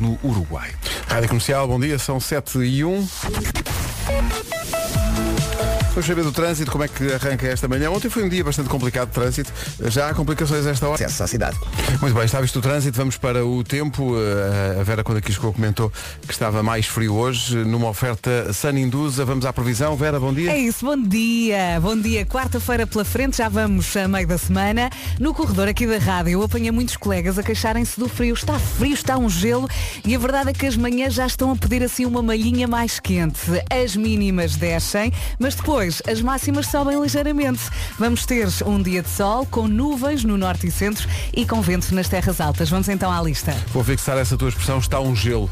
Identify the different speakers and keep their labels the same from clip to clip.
Speaker 1: do Uruguai.
Speaker 2: Rádio Comercial, bom dia, são 7 e 1. Vamos saber do trânsito, como é que arranca esta manhã. Ontem foi um dia bastante complicado de trânsito. Já há complicações a esta hora.
Speaker 3: Acesso à cidade.
Speaker 2: Muito bem, está visto o trânsito, vamos para o tempo. Eh, A Vera, quando aqui chegou, comentou que estava mais frio hoje, numa oferta Sanindusa. Vamos à previsão. Vera, bom dia.
Speaker 4: É isso, bom dia, bom dia. Quarta-feira pela frente, já vamos a meio da semana. No corredor aqui da rádio, eu apanhei muitos colegas a queixarem-se do frio. Está frio, está um gelo e a verdade é que as manhãs já estão a pedir assim uma malhinha mais quente. As mínimas descem, mas depois as máximas sobem ligeiramente. Vamos ter um dia de sol, com nuvens no norte e centro e com vento nas terras altas. Vamos então à lista.
Speaker 2: Vou fixar essa tua expressão, está um gelo.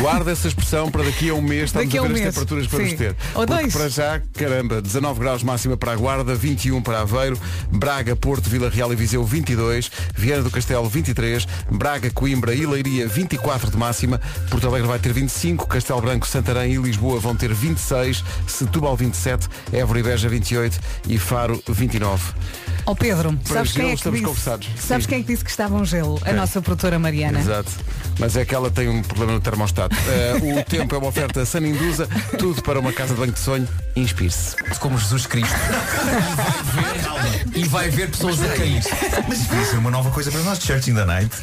Speaker 2: Guarda essa expressão para daqui a um mês estamos
Speaker 4: Daqui
Speaker 2: a
Speaker 4: a
Speaker 2: ver
Speaker 4: um
Speaker 2: as
Speaker 4: mês,
Speaker 2: temperaturas que vamos
Speaker 4: sim.
Speaker 2: ter.
Speaker 4: Ou
Speaker 2: Porque
Speaker 4: dois.
Speaker 2: para já, caramba, 19 graus máxima para a Guarda, 21 para Aveiro, Braga, Porto, Vila Real e Viseu 22, Viana do Castelo 23, Braga, Coimbra e Leiria 24 de máxima, Porto Alegre vai ter 25, Castelo Branco, Santarém e Lisboa vão ter 26, Setúbal 27, Évora e Beja 28 e Faro 29.
Speaker 4: Ó Pedro,
Speaker 2: Para
Speaker 4: sabes
Speaker 2: gelo
Speaker 4: quem é que
Speaker 2: estamos
Speaker 4: disse?
Speaker 2: conversados.
Speaker 4: Sabes
Speaker 2: Sim.
Speaker 4: quem é que disse que estava um gelo? A nossa produtora Mariana.
Speaker 2: Exato. Mas é que ela tem um problema no termostato. Eh, o tempo é uma oferta Sanindusa, tudo para uma casa de banho de sonho. Inspire-se.
Speaker 1: Como Jesus Cristo. e vai ver pessoas a cair.
Speaker 5: Mas isso devia ser uma nova coisa para nós, Church in the Night.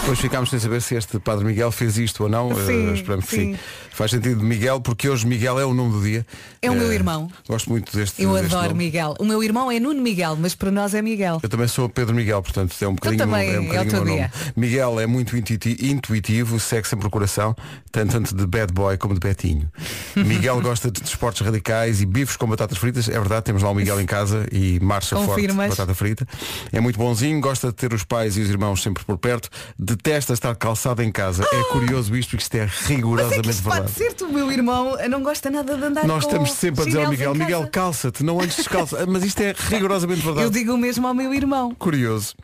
Speaker 2: Depois ficámos sem saber se este Padre Miguel fez isto ou não. Eh,
Speaker 4: Sim,
Speaker 2: esperamos que sim.
Speaker 4: sim.
Speaker 2: Faz sentido Miguel, porque hoje Miguel é o nome do dia.
Speaker 4: É o meu
Speaker 2: Eh,
Speaker 4: irmão.
Speaker 2: Gosto muito deste
Speaker 4: Eu
Speaker 2: deste
Speaker 4: adoro
Speaker 2: nome.
Speaker 4: Miguel. O meu irmão é Nuno Miguel, mas para nós é Miguel.
Speaker 2: Eu também sou Pedro Miguel, portanto é um bocadinho,
Speaker 4: também
Speaker 2: é um
Speaker 4: é o
Speaker 2: bocadinho
Speaker 4: teu
Speaker 2: o meu
Speaker 4: dia.
Speaker 2: nome. Miguel é muito intuiti- intuitivo, segue sempre o coração, tanto, tanto de bad boy como de betinho. Miguel gosta de desportos radicais e bifes com batatas fritas, é verdade, temos lá o Miguel em casa e marcha forte
Speaker 4: Confirmas?
Speaker 2: batata frita. É muito bonzinho, gosta de ter os pais e os irmãos sempre por perto, detesta estar calçado em casa. É curioso isto, porque isto é
Speaker 4: Ah! Mas é
Speaker 2: rigorosamente
Speaker 4: que isto pode
Speaker 2: verdade.
Speaker 4: ser o meu irmão eh, não gosta nada de andar
Speaker 2: Nós
Speaker 4: com
Speaker 2: estamos sempre a dizer ao Miguel,
Speaker 4: chinelos em casa.
Speaker 2: Miguel, calça-te, não andes descalço. Ah, Mas isto é rigorosamente verdade.
Speaker 4: Eu digo o mesmo ao meu irmão.
Speaker 2: Curioso.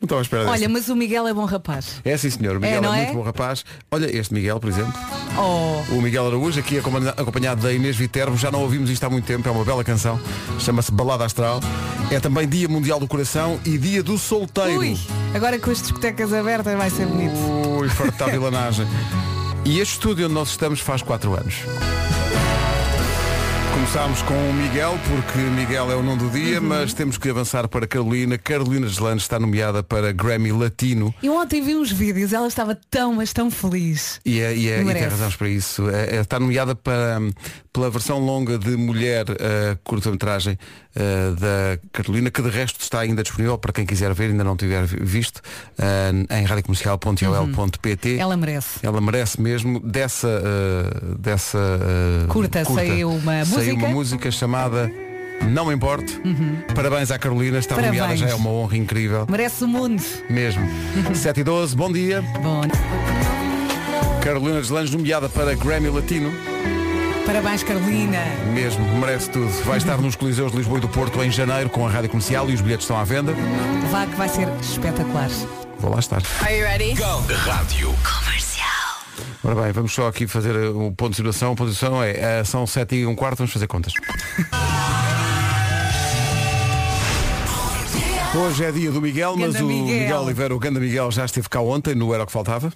Speaker 2: Não estava à espera desta.
Speaker 4: Olha, mas o Miguel é bom rapaz.
Speaker 2: É sim senhor, o Miguel é,
Speaker 4: não
Speaker 2: muito
Speaker 4: é?
Speaker 2: bom rapaz. Olha, este Miguel, por exemplo,
Speaker 4: Oh,
Speaker 2: o Miguel Araújo, aqui acompanha- acompanhado da Inês Viterbo, já não ouvimos isto há muito tempo, é uma bela canção, chama-se Balada Astral. É também Dia Mundial do Coração e Dia do Solteiro.
Speaker 4: ui, agora com as discotecas abertas vai ser bonito.
Speaker 2: Ui, fartá vilanagem. E este estúdio onde nós estamos faz 4 anos. Começámos com o Miguel, porque Miguel é o nome do dia,
Speaker 4: Uhum.
Speaker 2: mas temos que avançar para Carolina. Carolina Gelandes está nomeada para Grammy Latino.
Speaker 4: Eu ontem vi uns vídeos, ela estava tão, mas tão feliz.
Speaker 2: E, é, e, é, e tem
Speaker 4: Merece.
Speaker 2: razões para isso. É- é- está nomeada para, hum, pela versão longa de Mulher, eh, curta-metragem eh, da Carolina, que de resto está ainda disponível para quem quiser ver, ainda não tiver vi- visto, eh, em radiocomercial.ol.pt.
Speaker 4: Uhum. Ela merece.
Speaker 2: Ela merece mesmo dessa eh, dessa eh,
Speaker 4: Curta, saiu uma
Speaker 2: saiu
Speaker 4: música. Uhum.
Speaker 2: uma música chamada Não Me Importe. Parabéns à Carolina, está
Speaker 4: Parabéns.
Speaker 2: nomeada já é uma honra incrível
Speaker 4: Merece o mundo.
Speaker 2: mesmo. 7 e 12, bom dia.
Speaker 4: Bom,
Speaker 2: Carolina Deslandes nomeada para Grammy Latino.
Speaker 4: parabéns Carolina.
Speaker 2: Mesmo, merece tudo. Vai estar nos Coliseus de Lisboa e do Porto em janeiro com a Rádio Comercial e os bilhetes estão à venda.
Speaker 4: Vá que vai ser espetacular.
Speaker 2: Vou lá estar.
Speaker 6: Are you ready?
Speaker 2: Ora bem, vamos só aqui fazer uh, o ponto de situação. O ponto de situação é, uh, são 7 e um quarto, vamos fazer contas. Hoje é dia do Miguel, mas
Speaker 4: Ganda
Speaker 2: o Miguel.
Speaker 4: Miguel.
Speaker 2: Oliveira, o Ganda Miguel, já esteve cá ontem, no Era o que Faltava.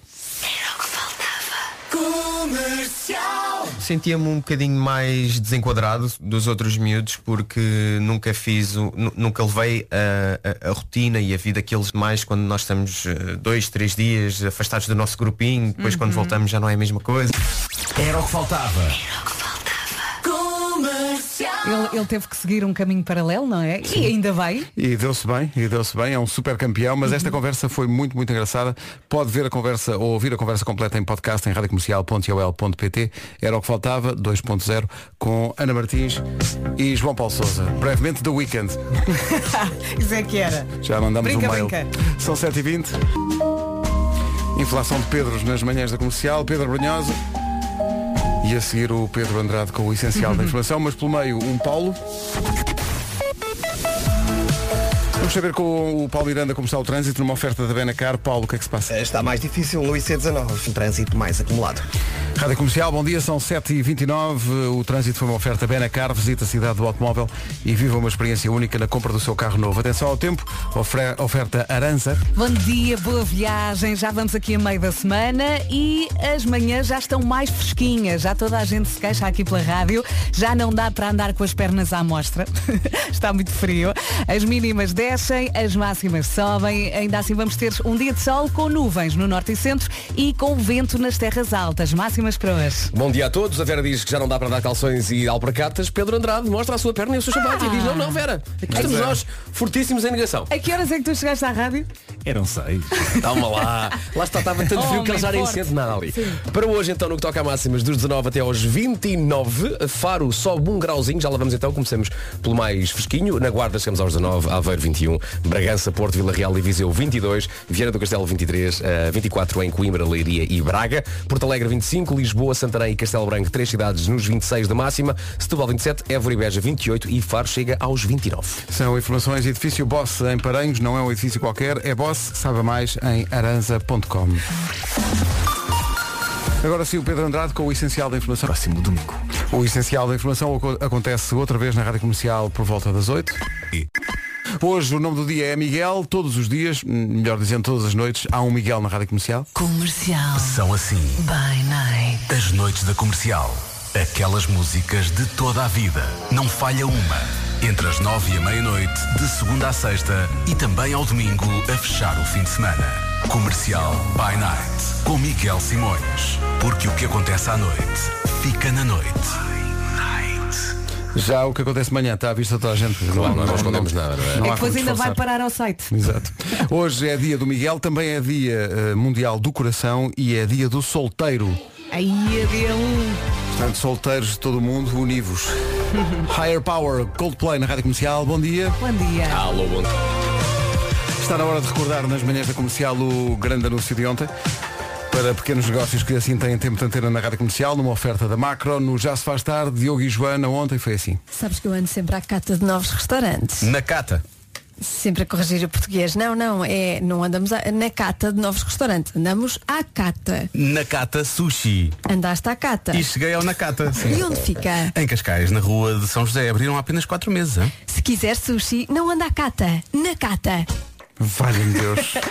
Speaker 5: Sentia-me um bocadinho mais desenquadrado dos outros miúdos porque nunca fiz, o- nu- nunca levei a, a- a rotina e a vida que eles mais quando nós estamos eh, dois, três dias afastados do nosso grupinho, depois quando voltamos já não é a mesma coisa.
Speaker 1: Era o que faltava.
Speaker 4: Ele, ele teve que seguir um caminho paralelo, não é? E ainda vai.
Speaker 2: E deu-se bem, e deu-se bem, é um super campeão, mas esta conversa foi muito, muito engraçada. Pode ver a conversa ou ouvir a conversa completa em podcast em radiocomercial.ol.pt. Era o que faltava, 2.0, com Ana Martins e João Paulo Souza. Brevemente do Weekend.
Speaker 4: Isso é que era.
Speaker 2: Já mandamos
Speaker 4: Brinca,
Speaker 2: um mail.
Speaker 4: brinca.
Speaker 2: São 7h20. Inflação de Pedros nas manhãs da comercial. Pedro Brunhosa. E a seguir o Pedro Andrade com o essencial da informação, mas pelo meio um Paulo. Vamos saber com o Paulo Miranda como está o trânsito numa oferta da Benacar. Paulo, o que é que se passa?
Speaker 3: Está mais difícil no IC19, um trânsito mais acumulado.
Speaker 2: Rádio Comercial, bom dia, são 7h29. O trânsito foi uma oferta Benacar, visita a cidade do automóvel e viva uma experiência única na compra do seu carro novo. Atenção ao tempo, ofre- oferta Aranza.
Speaker 4: Bom dia, boa viagem. Já vamos aqui a meio da semana e as manhãs já estão mais fresquinhas. Já toda a gente se queixa aqui pela rádio. Já não dá para andar com as pernas à mostra. Está muito frio. As mínimas descem, as máximas sobem. Ainda assim vamos ter um dia de sol com nuvens no norte e centro e com vento nas terras altas. Máximas para hoje.
Speaker 6: Bom dia a todos. A Vera diz que já não dá para dar calções e alpercatas. Pedro Andrade mostra a sua perna e o seu sapato e diz, não, não, Vera, aqui estamos nós, fortíssimos em negação.
Speaker 4: A que horas é que tu chegaste à rádio?
Speaker 1: Eram seis.
Speaker 6: Calma lá. Lá está, estava tanto frio
Speaker 4: Homem
Speaker 6: que eles já nem
Speaker 4: forte.
Speaker 6: sentem nada ali. Para hoje, então, no que toca a máximas, dos 19 até aos 29, Faro sobe um grauzinho, já lá vamos então, começamos pelo mais fresquinho. Na Guarda chegamos aos 19, Aveiro 21, Bragança, Porto, Vila Real e Viseu 22, Vieira do Castelo 23, eh, 24 em Coimbra, Leiria e Braga, Porto Alegre 25, Lisboa, Santarém e Castelo Branco, três cidades nos 26 de máxima, Setúbal 27, Évora e Beja 28 e Faro chega aos 29.
Speaker 2: São informações edifício Boss em Paranhos, não é um edifício qualquer, é Boss, saiba mais em aranza.com. Agora sim, o Pedro Andrade com o essencial da informação.
Speaker 1: Próximo domingo.
Speaker 2: O essencial da informação aco- acontece outra vez na Rádio Comercial por volta das 8. Hoje o nome do dia é Miguel, todos os dias, hum, melhor dizendo, todas as noites, há um Miguel na Rádio Comercial.
Speaker 7: Comercial.
Speaker 1: São assim
Speaker 7: By night.
Speaker 1: as noites da comercial. Aquelas músicas de toda a vida. Não falha uma. Entre as nove e a meia-noite, de segunda à sexta e também ao domingo, a fechar o fim de semana. Comercial By Night, com Miguel Simões. Porque o que acontece à noite, fica na noite.
Speaker 2: Já o que acontece de manhã está à vista de toda a gente.
Speaker 6: Claro, nós não escondemos nada, não é?
Speaker 2: não
Speaker 4: é
Speaker 2: há
Speaker 4: que depois
Speaker 2: como
Speaker 4: ainda vai
Speaker 2: disfarçar.
Speaker 4: parar ao site.
Speaker 2: Exato. Hoje é dia do Miguel, também é dia eh, mundial do coração e é dia do solteiro.
Speaker 4: Aí havia um.
Speaker 2: Portanto, solteiros de todo o mundo, univos. Higher Power, Coldplay na Rádio Comercial, bom dia.
Speaker 4: Bom dia.
Speaker 6: Alô, bom dia.
Speaker 2: Está na hora de recordar nas manhãs da comercial o grande anúncio de ontem. Para pequenos negócios que assim têm tempo de antena na rádio comercial, numa oferta da Macro, no Já Se Faz Tarde, Diogo e Joana, ontem foi assim.
Speaker 8: Sabes que eu ando sempre à cata de novos restaurantes.
Speaker 5: Na cata.
Speaker 8: Sempre a corrigir o português. Não, não, é, não andamos à- na cata de novos restaurantes. Andamos à cata.
Speaker 1: Nakata Sushi.
Speaker 8: Andaste à cata.
Speaker 1: E cheguei ao Nakata.
Speaker 8: E onde fica?
Speaker 1: Em Cascais, na rua de São José, abriram há apenas 4 meses. Hein?
Speaker 8: Se quiser sushi, não anda à cata. Na cata.
Speaker 2: Valha-me Deus.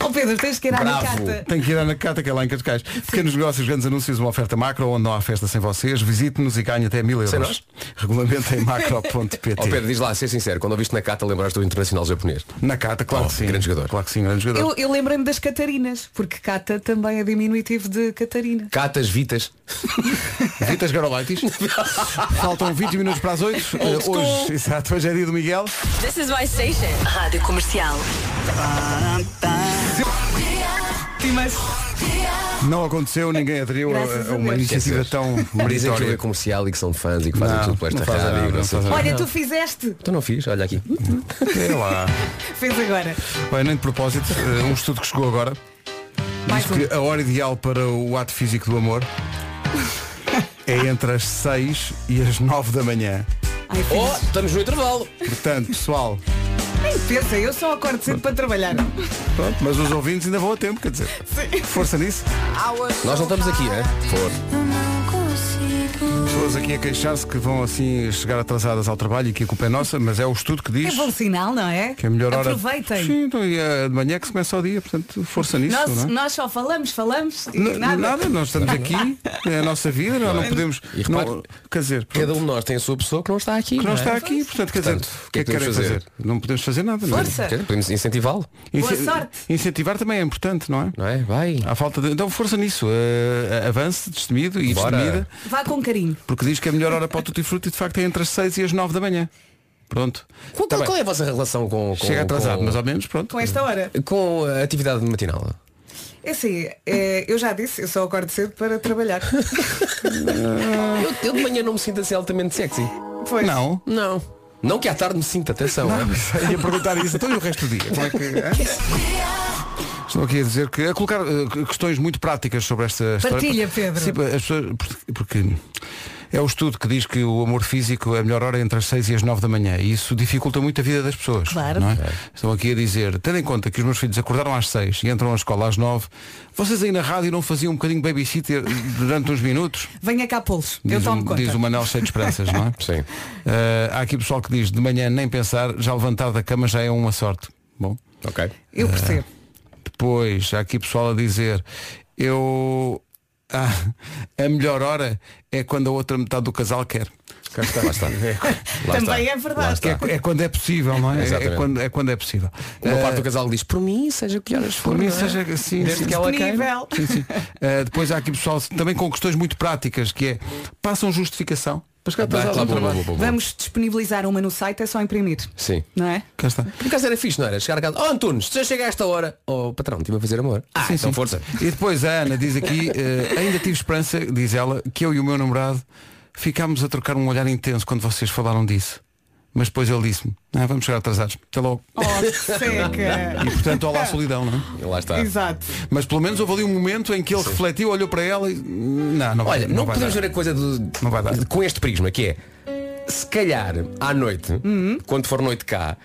Speaker 4: Ó Oh, Pedro, tens que ir à minha
Speaker 6: Bravo.
Speaker 4: carta.
Speaker 2: Tem que ir à Nakata, que é lá em Cascais. Pequenos negócios, grandes anúncios, uma oferta macro, onde não há festa sem vocês. Visite-nos e ganhe até mil euros.
Speaker 6: Sem nós?
Speaker 2: Regulamento em macro.pt.
Speaker 6: Ó Pedro, diz lá, ser sincero, quando ouviste na cata lembraste do Internacional Japonês.
Speaker 2: Nakata, claro
Speaker 6: Oh,
Speaker 2: que sim.
Speaker 6: grande jogador.
Speaker 2: Claro que sim, grande jogador.
Speaker 4: Eu, eu lembrei-me das Catarinas, porque Cata também é diminutivo de Catarina.
Speaker 6: Catas, Vitas.
Speaker 2: Vitas Garolaitis. Faltam 20 minutos para as 8. hoje, exato, hoje é dia do Miguel.
Speaker 7: This is my station. Rádio Comercial.
Speaker 2: É Não aconteceu, ninguém aderiu a,
Speaker 4: Graças
Speaker 2: a
Speaker 4: a
Speaker 2: uma
Speaker 4: Deus.
Speaker 2: iniciativa tão
Speaker 6: Dizem que eu é
Speaker 2: meritória.
Speaker 6: comercial e que são fãs e que fazem
Speaker 2: Não,
Speaker 6: tudo por esta
Speaker 2: não fazem
Speaker 6: rádio.
Speaker 2: nada,
Speaker 6: não
Speaker 2: não
Speaker 6: sei.
Speaker 2: fazem nada.
Speaker 4: Olha, tu fizeste.
Speaker 6: Então não fiz, olha aqui.
Speaker 2: Sei lá.
Speaker 4: Fez agora.
Speaker 2: Bem, nem de propósito, eh, um estudo que chegou agora
Speaker 4: Mais um.
Speaker 2: diz que a hora ideal para o ato físico do amor é entre as 6 e as 9 da manhã.
Speaker 4: Ai, filho,
Speaker 6: Oh, estamos no intervalo.
Speaker 2: Portanto, pessoal,
Speaker 4: nem pensa, eu só acordo cedo para trabalhar.
Speaker 2: pronto, mas os ouvintes ainda vão a tempo, quer dizer. Força nisso.
Speaker 6: Nós não estamos aqui, é?
Speaker 2: Pessoas aqui a queixar-se que vão assim chegar atrasadas ao trabalho e que a culpa é nossa, mas é o estudo que
Speaker 4: É
Speaker 2: diz
Speaker 4: bom sinal, não é?
Speaker 2: que a melhor hora.
Speaker 4: Aproveitem.
Speaker 2: Sim, então, e é de manhã que se começa o dia, portanto, força nisso.
Speaker 4: Nós,
Speaker 2: não é?
Speaker 4: nós só falamos, falamos e
Speaker 2: N-
Speaker 4: nada.
Speaker 2: nada. nós estamos aqui, é a nossa vida, nós não podemos.
Speaker 6: E repare-
Speaker 2: não- quer dizer, pronto,
Speaker 6: Cada um de nós tem a sua pessoa que não está aqui.
Speaker 2: que não
Speaker 6: é?
Speaker 2: está aqui, portanto, quer
Speaker 6: Portanto,
Speaker 2: dizer,
Speaker 6: o que é que
Speaker 2: querem
Speaker 6: podemos fazer?
Speaker 2: Não podemos fazer nada, não é?
Speaker 4: Força.
Speaker 6: Quer dizer, Podemos incentivá-lo,
Speaker 4: Boa
Speaker 2: Ince-
Speaker 4: sorte.
Speaker 2: Incentivar também é importante, não é?
Speaker 6: não é? Vai.
Speaker 2: Há falta de. Então força nisso. eh, avance, destemido e
Speaker 6: Bora.
Speaker 2: destemida,
Speaker 4: Vá com carinho.
Speaker 2: porque diz que a melhor hora para o Tutti Frutti de facto é entre as 6 e as 9 da manhã. Pronto.
Speaker 6: Qual,
Speaker 2: Tá
Speaker 6: qual-
Speaker 2: bem.
Speaker 6: qual é a vossa relação com, com-
Speaker 2: Chega atrasado,
Speaker 6: com,
Speaker 2: mas ao menos pronto.
Speaker 4: Com esta hora.
Speaker 6: com a atividade matinal?
Speaker 4: É assim, é, eu já disse, eu só acordo cedo para trabalhar.
Speaker 6: Eu, eu de manhã não me sinto assim altamente sexy.
Speaker 4: Pois.
Speaker 2: Não.
Speaker 6: Não. Não que à tarde me sinta, atenção.
Speaker 2: Ia perguntar isso, então e o resto do dia? Como é que, hã? Estou aqui a dizer que a colocar eh, questões muito práticas sobre esta história.
Speaker 4: Partilha, Pedro.
Speaker 2: Sim, as pessoas, porque, porque É o estudo que diz que o amor físico, a melhor hora é entre as 6 e as 9 da manhã. E isso dificulta muito a vida das pessoas.
Speaker 4: Claro.
Speaker 2: não é? Estão aqui a dizer, tendo em conta que os meus filhos acordaram às 6 e entram à escola às 9, vocês aí na rádio não faziam um bocadinho babysitter durante uns minutos?
Speaker 4: Venha cá pô-los. Eu
Speaker 2: Diz,
Speaker 4: tomo
Speaker 2: o-
Speaker 4: conta.
Speaker 2: diz o Manel cheio de esperanças, não é?
Speaker 6: Sim.
Speaker 2: Eh, há aqui pessoal que diz, de manhã nem pensar, já levantar da cama já é uma sorte. Bom.
Speaker 6: Ok.
Speaker 4: Eu percebo.
Speaker 2: Depois, há aqui pessoal a dizer, eu. Ah, a melhor hora é quando a outra metade do casal quer. Cá está.
Speaker 6: Lá
Speaker 4: Também é verdade.
Speaker 6: Lá
Speaker 2: Que é,
Speaker 6: está.
Speaker 2: é quando é possível, não é? É,
Speaker 6: Exatamente.
Speaker 2: é quando, é quando é possível.
Speaker 6: Uma
Speaker 2: Eh,
Speaker 6: parte do casal diz, por mim, seja que horas for.
Speaker 2: por mim
Speaker 6: não é?
Speaker 2: seja assim.
Speaker 6: Desde que ela queira.
Speaker 4: Disponível.
Speaker 2: Sim, sim. Eh, depois há aqui pessoal também com questões muito práticas, que é passam justificação. Mas cá,
Speaker 6: Tá,
Speaker 2: depois há lá
Speaker 6: tá,
Speaker 2: um
Speaker 6: boa, boa,
Speaker 2: trabalho.
Speaker 6: boa, boa.
Speaker 4: Vamos disponibilizar uma no site, é só imprimir.
Speaker 6: Sim.
Speaker 4: Não é?
Speaker 2: Cá está.
Speaker 6: Por acaso era fixe, não era? Chegar a casa. Oh Antunes, se eu chegar a esta hora. Oh patrão, estive a fazer amor. Ah,
Speaker 2: Sim,
Speaker 6: então
Speaker 2: sim.
Speaker 6: força.
Speaker 2: E depois a Ana diz aqui, eh, ainda tive esperança, diz ela, que eu e o meu namorado ficámos a trocar um olhar intenso quando vocês falaram disso. Mas depois ele disse-me, "Ah, vamos chegar atrasados. Até logo.
Speaker 4: Oh, que seca.
Speaker 2: E portanto, olá solidão, não é?
Speaker 6: E lá está.
Speaker 4: Exato.
Speaker 2: Mas pelo menos houve ali um momento em que ele refletiu, olhou para ela e. Não, não vai.
Speaker 6: Olha, não,
Speaker 2: vai
Speaker 6: podemos
Speaker 2: dar."
Speaker 6: ver a coisa do,
Speaker 2: Não vai dar.
Speaker 6: com este prisma, que é se calhar à noite, quando for noite cá,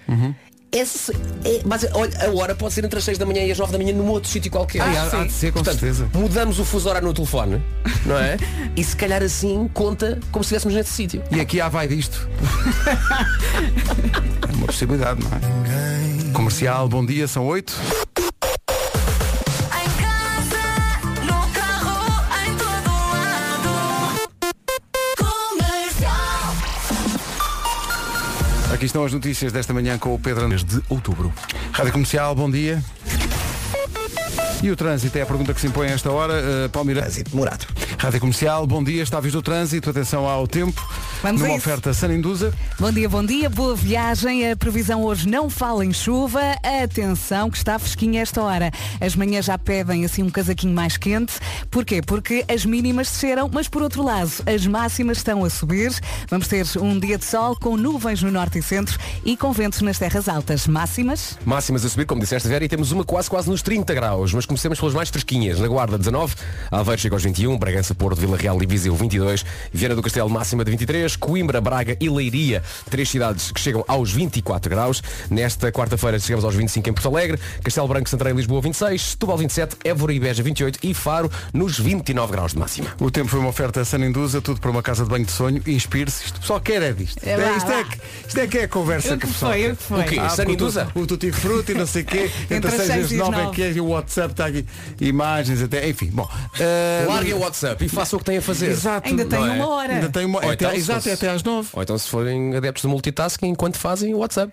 Speaker 6: esse- é- mas olha, a hora pode ser entre as 6 da manhã e as 9 da manhã num outro sítio qualquer.
Speaker 2: Ah, há- há de ser, com
Speaker 6: Portanto,
Speaker 2: certeza.
Speaker 6: mudamos o fuso horário no telefone, não é? e se calhar assim conta como se estivéssemos nesse sítio.
Speaker 2: E aqui há vai disto. é uma possibilidade, não é? Comercial, bom dia, são oito.
Speaker 7: Em casa, no carro, em todo lado. Comercial.
Speaker 2: Aqui estão as notícias desta manhã com o Pedro Andrade.
Speaker 1: Desde outubro.
Speaker 2: Rádio Comercial, bom dia. E o trânsito é a pergunta que se impõe a esta hora. Uh, Palmeiras.
Speaker 3: Trânsito demorado.
Speaker 2: Rádio Comercial, bom dia. Está a do trânsito. Atenção ao tempo.
Speaker 4: Vamos
Speaker 2: Numa
Speaker 4: a isso.
Speaker 2: oferta Saninduza.
Speaker 4: Bom dia, bom dia, boa viagem. A previsão hoje não fala em chuva. Atenção, que está fresquinha esta hora. As manhãs já pedem assim um casaquinho mais quente. Porquê? Porque as mínimas desceram, mas por outro lado, as máximas estão a subir. Vamos ter um dia de sol com nuvens no norte e centro e com ventos nas terras altas. Máximas?
Speaker 6: Máximas a subir, como disseste, Vera, e temos uma quase quase nos 30 graus, mas comecemos pelas mais fresquinhas. Na Guarda, 19, Aveiro chega aos 21, Bragança, Porto, Vila Real e Viseu, 22, Viana do Castelo, máxima de 23, Coimbra, Braga e Leiria, três cidades que chegam aos 24 graus. Nesta quarta-feira chegamos aos 25 em Porto Alegre, Castelo Branco, Santarém e Lisboa, 26, Setúbal, 27, Évora e Beja, 28 e Faro, nos 29 graus de máxima.
Speaker 2: O tempo foi uma oferta Saninduza, tudo para uma casa de banho de sonho. Inspire-se. Isto o pessoal quer é disto.
Speaker 4: É lá,
Speaker 2: isto, é
Speaker 4: lá.
Speaker 2: que, isto é que é a conversa
Speaker 4: Eu
Speaker 2: que o
Speaker 4: que
Speaker 2: pessoal
Speaker 4: foi,
Speaker 2: quer.
Speaker 4: eu que foi.
Speaker 6: O quê?
Speaker 2: Ah, porque
Speaker 6: Saninduza?
Speaker 2: O, o Tutti Frutti, não sei o quê. Entre
Speaker 4: Entre as
Speaker 2: 6 e
Speaker 4: seis
Speaker 2: as
Speaker 4: e as
Speaker 2: 9 é
Speaker 4: nove.
Speaker 2: que é e o WhatsApp está aqui. Imagens até. Enfim, bom. ah,
Speaker 6: Larguem o WhatsApp e façam o que têm a fazer.
Speaker 2: Exato.
Speaker 4: Ainda tem
Speaker 6: não é?
Speaker 4: uma hora.
Speaker 2: Ainda tem uma.
Speaker 6: Ou
Speaker 2: até-
Speaker 6: então, se
Speaker 2: exato,
Speaker 6: fosse-
Speaker 2: é até às 9.
Speaker 6: Ou então se forem adeptos do multitasking, enquanto fazem o WhatsApp.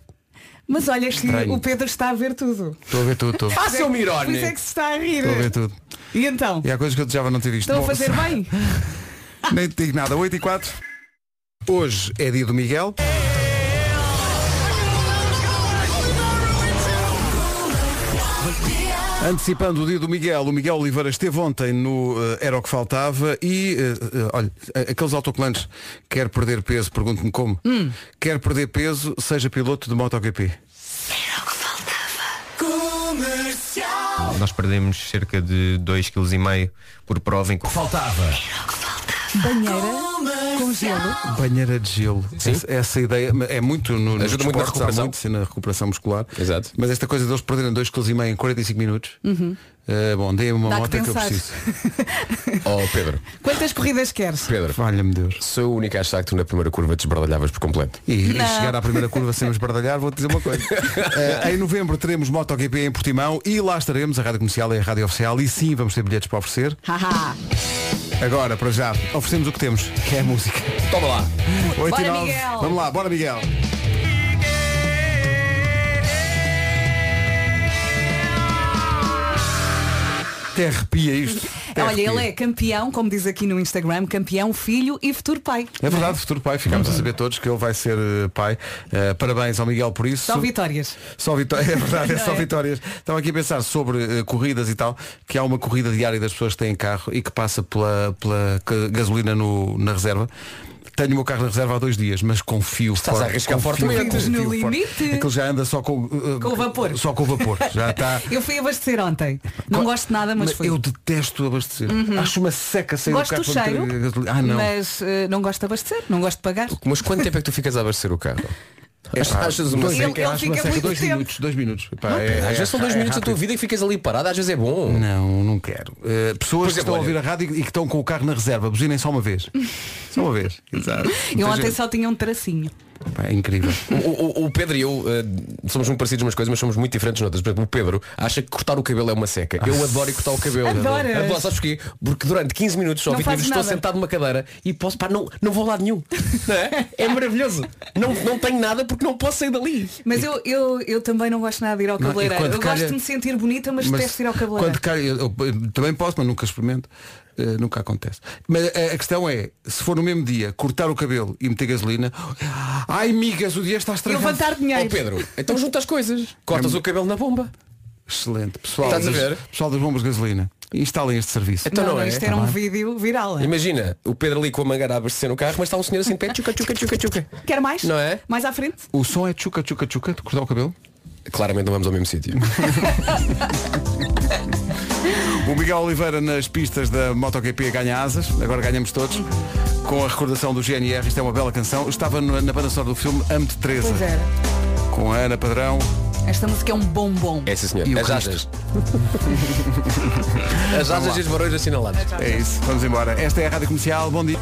Speaker 4: Mas olha que
Speaker 2: Estranho.
Speaker 4: o Pedro está a ver tudo.
Speaker 2: Estou a ver tudo, estou.
Speaker 6: Ah, seu
Speaker 4: Por
Speaker 6: Mirone!
Speaker 4: isso é que se está a rir.
Speaker 2: Estou a ver tudo.
Speaker 4: E então?
Speaker 2: E há coisas que eu desejava não ter visto.
Speaker 4: Estão a
Speaker 2: Bom,
Speaker 4: fazer bem?
Speaker 2: Nem te digo nada. 8 e 4. Hoje é dia do Miguel. Antecipando o dia do Miguel, o Miguel Oliveira esteve ontem no eh, Era o que Faltava e, eh, eh, olha, a- aqueles autocolantes, quer perder peso, pergunto-me como,
Speaker 4: Hum.
Speaker 2: quer perder peso, seja piloto de MotoGP.
Speaker 5: Nós perdemos cerca de 2,5 kg por prova em que
Speaker 6: Faltava.
Speaker 4: Banheira com gelo.
Speaker 2: Banheira de gelo. Essa, essa ideia é muito no, nos
Speaker 6: Ajuda muito
Speaker 2: desportos, há
Speaker 6: na recuperação.
Speaker 2: muito, sim, na recuperação muscular.
Speaker 6: Exato.
Speaker 2: Mas esta coisa deles perderem 2,5kg em 45 minutos. Eh, bom, dê-me uma
Speaker 4: Uhum. Dá que
Speaker 2: moto que, eu
Speaker 4: pensar.
Speaker 2: preciso.
Speaker 6: Oh, Pedro,
Speaker 4: Quantas corridas queres?
Speaker 6: Pedro,
Speaker 2: Valha-me Deus.
Speaker 6: sou o único a achar que tu na primeira curva desbardalhavas por completo.
Speaker 2: E, e chegar à primeira curva sem nos bardalhar, vou-te dizer uma coisa. Eh, em novembro teremos MotoGP em Portimão e lá estaremos. A rádio comercial é a rádio oficial e sim, vamos ter bilhetes para oferecer.
Speaker 4: Haha.
Speaker 2: Agora, para já, oferecemos o que temos, que é a música.
Speaker 6: Toma lá.
Speaker 2: 8 e
Speaker 4: Bora,
Speaker 2: 9.
Speaker 4: Miguel.
Speaker 2: Vamos lá, bora Miguel. Até arrepia isto. Até
Speaker 4: Olha,
Speaker 2: arrepia.
Speaker 4: ele é campeão, como diz aqui no Instagram, campeão, filho e futuro pai.
Speaker 2: É verdade, futuro pai, ficamos a saber todos que ele vai ser eh, pai. Eh, parabéns ao Miguel por isso.
Speaker 4: Só vitórias.
Speaker 2: Só vitó- é verdade, é só
Speaker 4: é?
Speaker 2: vitórias. Estava aqui a pensar sobre eh, corridas e tal, que há uma corrida diária das pessoas que têm carro e que passa pela, pela ca- gasolina no- na reserva. tenho o meu carro na reserva há dois dias, mas confio
Speaker 6: Estás
Speaker 2: forte-
Speaker 6: a arriscar
Speaker 2: confio
Speaker 6: fortemente.
Speaker 2: forte,
Speaker 4: No
Speaker 2: confio forte.
Speaker 4: limite.
Speaker 2: Aquele já anda só com, eh,
Speaker 4: Com o vapor.
Speaker 2: Só com o vapor. Já está.
Speaker 4: Eu fui abastecer ontem. Não
Speaker 2: Co-
Speaker 4: gosto de nada, mas, fui.
Speaker 2: Eu detesto abastecer. Acho uma seca sair
Speaker 4: Uhum. Gosto do
Speaker 2: do carro para
Speaker 4: cheiro,
Speaker 2: meter gasolina. Ah, não.
Speaker 4: mas eh, não gosto de abastecer, não gosto de pagar.
Speaker 6: Mas quanto tempo é que tu ficas a abastecer o carro?
Speaker 2: Epá,
Speaker 6: Achas uma
Speaker 2: dois-
Speaker 4: Ele-
Speaker 2: acho
Speaker 4: ele
Speaker 2: uma
Speaker 4: fica
Speaker 2: seca.
Speaker 4: muito
Speaker 2: dois
Speaker 4: tempo.
Speaker 2: minutos, dois minutos. Epá, é-
Speaker 6: às
Speaker 2: é-
Speaker 6: vezes são dois
Speaker 2: é
Speaker 6: minutos da tua
Speaker 2: rápido.
Speaker 6: vida que ficas ali parada, às vezes é bom.
Speaker 2: Não, não quero. Eh, pessoas que
Speaker 6: exemplo,
Speaker 2: estão a
Speaker 6: olha-
Speaker 2: ouvir a rádio e que estão com o carro na reserva, buzinem só uma vez. Só uma vez. Exato.
Speaker 4: Eu
Speaker 2: Muita
Speaker 4: ontem
Speaker 2: gente.
Speaker 4: só tinha um tracinho.
Speaker 2: Pá, é incrível.
Speaker 6: O, o- o Pedro e eu eh, somos muito parecidos umas coisas, mas somos muito diferentes noutras. Por exemplo, o Pedro acha que cortar o cabelo é uma seca. Eu
Speaker 2: Ah.
Speaker 6: adoro ir cortar o cabelo.
Speaker 4: Adoras?
Speaker 6: Adoro, sabes porquê? Porque durante 15 minutos, só
Speaker 4: Não
Speaker 6: 20
Speaker 4: fazes
Speaker 6: minutos, estou
Speaker 4: nada.
Speaker 6: sentado numa cadeira e posso, pá, não, não vou a lado nenhum. Não é? É maravilhoso. Não, não tenho nada porque não posso sair dali.
Speaker 4: Mas eu, eu, eu também não gosto nada de ir ao
Speaker 2: Não, e
Speaker 4: cabeleireiro.
Speaker 2: quando
Speaker 4: Eu
Speaker 2: calha-
Speaker 4: gosto de me sentir bonita, mas,
Speaker 2: Mas
Speaker 4: detesto ir ao cabeleireiro.
Speaker 2: quando cai, eu, eu- eu também posso, mas nunca experimento. Eh, nunca acontece. Mas a, a questão é, se for no mesmo dia cortar o cabelo e meter gasolina, ai migas, o dia está
Speaker 4: E
Speaker 2: estragado.
Speaker 4: levantar
Speaker 6: Ó
Speaker 4: dinheiro.
Speaker 6: Pedro, então junta as coisas. Cortas o cabelo na bomba.
Speaker 2: Excelente. Pessoal,
Speaker 6: Estás a
Speaker 2: das-
Speaker 6: ver?
Speaker 2: pessoal das bombas de gasolina, instalem este serviço.
Speaker 6: Então não, é.
Speaker 2: tá
Speaker 4: isto era um vídeo viral.
Speaker 6: Imagina, o Pedro ali com a mangueira a abastecer no carro, mas está um senhor assim de pé, tchuca, tchuca, tchuca, tchuca.
Speaker 4: Quer mais?
Speaker 6: Não é?
Speaker 4: Mais à frente?
Speaker 2: O som é tchuca tchuca tchuca de cortar o cabelo?
Speaker 6: Claramente não vamos ao mesmo sítio.
Speaker 2: O Miguel Oliveira nas pistas da MotoGP ganha asas, agora ganhamos todos. Com a recordação do GNR, isto é uma bela canção. Estava no- na banda sonora do filme Amo de Teresa,
Speaker 4: Pois é. era.
Speaker 2: com a Ana Padrão.
Speaker 4: Esta música é um bombom.
Speaker 6: É sim senhor.
Speaker 2: E o
Speaker 6: As
Speaker 2: resto?
Speaker 6: asas. As asas e os barões assinalados.
Speaker 2: É isso, vamos embora. Esta é a Rádio Comercial, bom dia.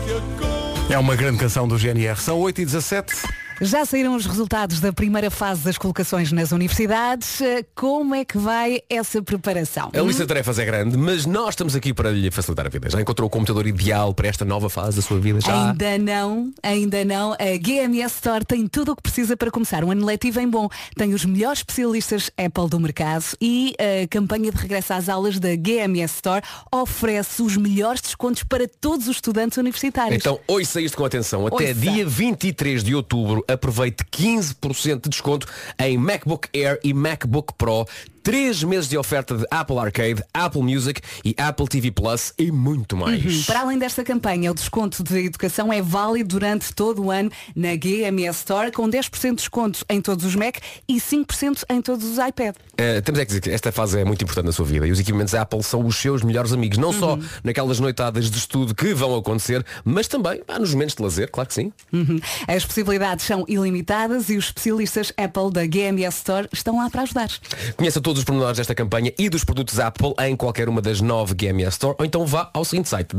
Speaker 2: É uma grande canção do GNR. São 8 e 17
Speaker 4: Já saíram os resultados da primeira fase das colocações nas universidades. Eh, Como é que vai essa preparação?
Speaker 6: A lista de tarefas é grande, mas nós estamos aqui para lhe facilitar a vida. Já encontrou o computador ideal para esta nova fase da sua vida? Já?
Speaker 4: Ainda não, ainda não. A GMS Store tem tudo o que precisa para começar um ano letivo em bom. Tem os melhores especialistas Apple do mercado e eh, a campanha de regresso às aulas da GMS Store oferece os melhores descontos para todos os estudantes universitários.
Speaker 6: Então, ouça isto com atenção. Até
Speaker 4: Ouça.
Speaker 6: dia 23 de outubro, aproveite 15% de desconto em MacBook Air e MacBook Pro. Três meses de oferta de Apple Arcade, Apple Music e Apple TV Plus e muito mais.
Speaker 4: Hum, Para além desta campanha, o desconto de educação é válido durante todo o ano na GMS Store, com 10% de desconto em todos os Mac e 5% em todos os iPad.
Speaker 6: Uh, temos é que dizer que esta fase é muito importante na sua vida e os equipamentos Apple são os seus melhores amigos, não só naquelas noitadas de estudo que vão acontecer, mas também ah, nos momentos de lazer, claro que sim.
Speaker 4: Uhum. As possibilidades são ilimitadas e os especialistas Apple da GMS Store estão lá para ajudar.
Speaker 6: Conheça todos os pormenores desta campanha e dos produtos Apple em qualquer uma das nove GMS Store ou então vá ao seguinte site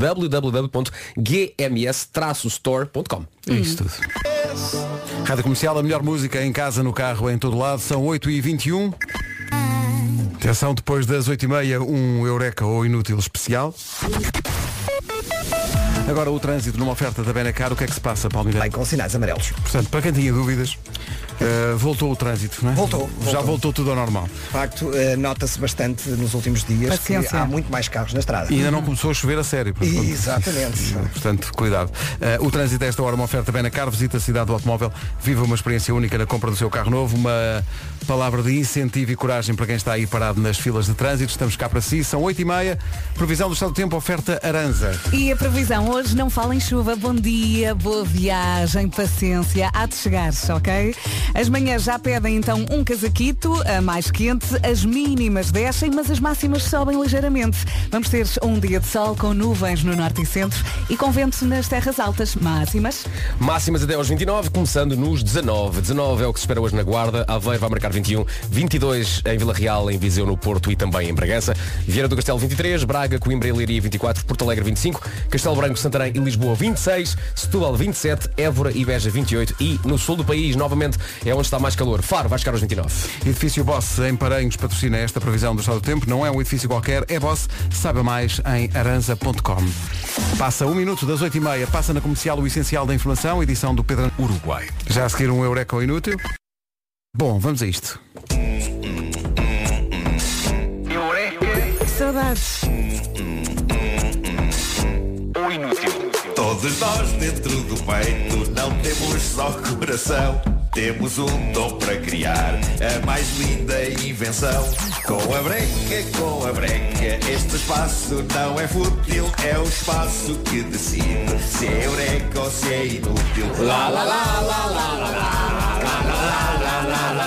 Speaker 6: www.gms-store.com
Speaker 2: É isso tudo. Rádio Comercial, a melhor música em casa, no carro, em todo lado. São 8 e 21 Atenção, depois das 8h30, um Eureka ou Inútil especial. Agora o trânsito numa oferta da Benacar, o que é que se passa, Paulo Miranda?
Speaker 3: Bem, com sinais amarelos.
Speaker 2: Portanto, para quem tinha dúvidas, eh, voltou o trânsito, não é?
Speaker 3: Voltou,
Speaker 2: Já
Speaker 3: voltou.
Speaker 2: voltou tudo ao normal.
Speaker 3: De facto, eh, nota-se bastante nos últimos dias que
Speaker 4: Paciência.
Speaker 3: há muito mais carros na estrada.
Speaker 2: E ainda não começou a chover a sério. portanto-
Speaker 3: Exatamente.
Speaker 2: Portanto, cuidado. Eh, o trânsito a esta hora é uma oferta bem na car, visita a cidade do automóvel, viva uma experiência única na compra do seu carro novo, uma palavra de incentivo e coragem para quem está aí parado nas filas de trânsito. Estamos cá para si, são 8 e meia, previsão do estado do tempo, oferta aranza.
Speaker 4: E a previsão hoje não fala em chuva. Bom dia, boa viagem, paciência. Há de chegar, ok? As manhãs já pedem então um casaquito, a mais quente. As mínimas descem, mas as máximas sobem ligeiramente. Vamos ter um dia de sol com nuvens no norte e centro e com vento nas terras altas. Máximas.
Speaker 6: Máximas até aos 29, começando nos 19. 19 é o que se espera hoje na Guarda. Aveiro vai marcar 21, 22 em Vila Real, em Viseu, no Porto e também em Bragança. Vieira do Castelo 23, Braga, Coimbra e Leiria 24, Porto Alegre 25, Castelo Branco, Santarém e Lisboa 26, Setúbal 27, Évora e Beja 28 e no sul do país, novamente, é onde está mais calor. Faro vai chegar aos 29.
Speaker 2: Edifício Boss em Paranhos patrocina esta previsão do estado do tempo, não é um edifício qualquer, é Boss, saiba mais em aranza.com. Passa um minuto das 8 e meia, passa na comercial o essencial da informação, edição do Pedro
Speaker 1: Uruguai.
Speaker 2: Já a seguir um Eureka ao Inútil? Bom, vamos a isto.
Speaker 4: Saudades.
Speaker 9: Todos nós dentro do peito não temos só coração. Temos um dom para criar a mais linda invenção. Com a breca, com a breca, este espaço não é fútil. É o espaço que decide se é eureka ou se é inútil. Lá, lá, lá, lá, lá, lá, lá, lá, lá,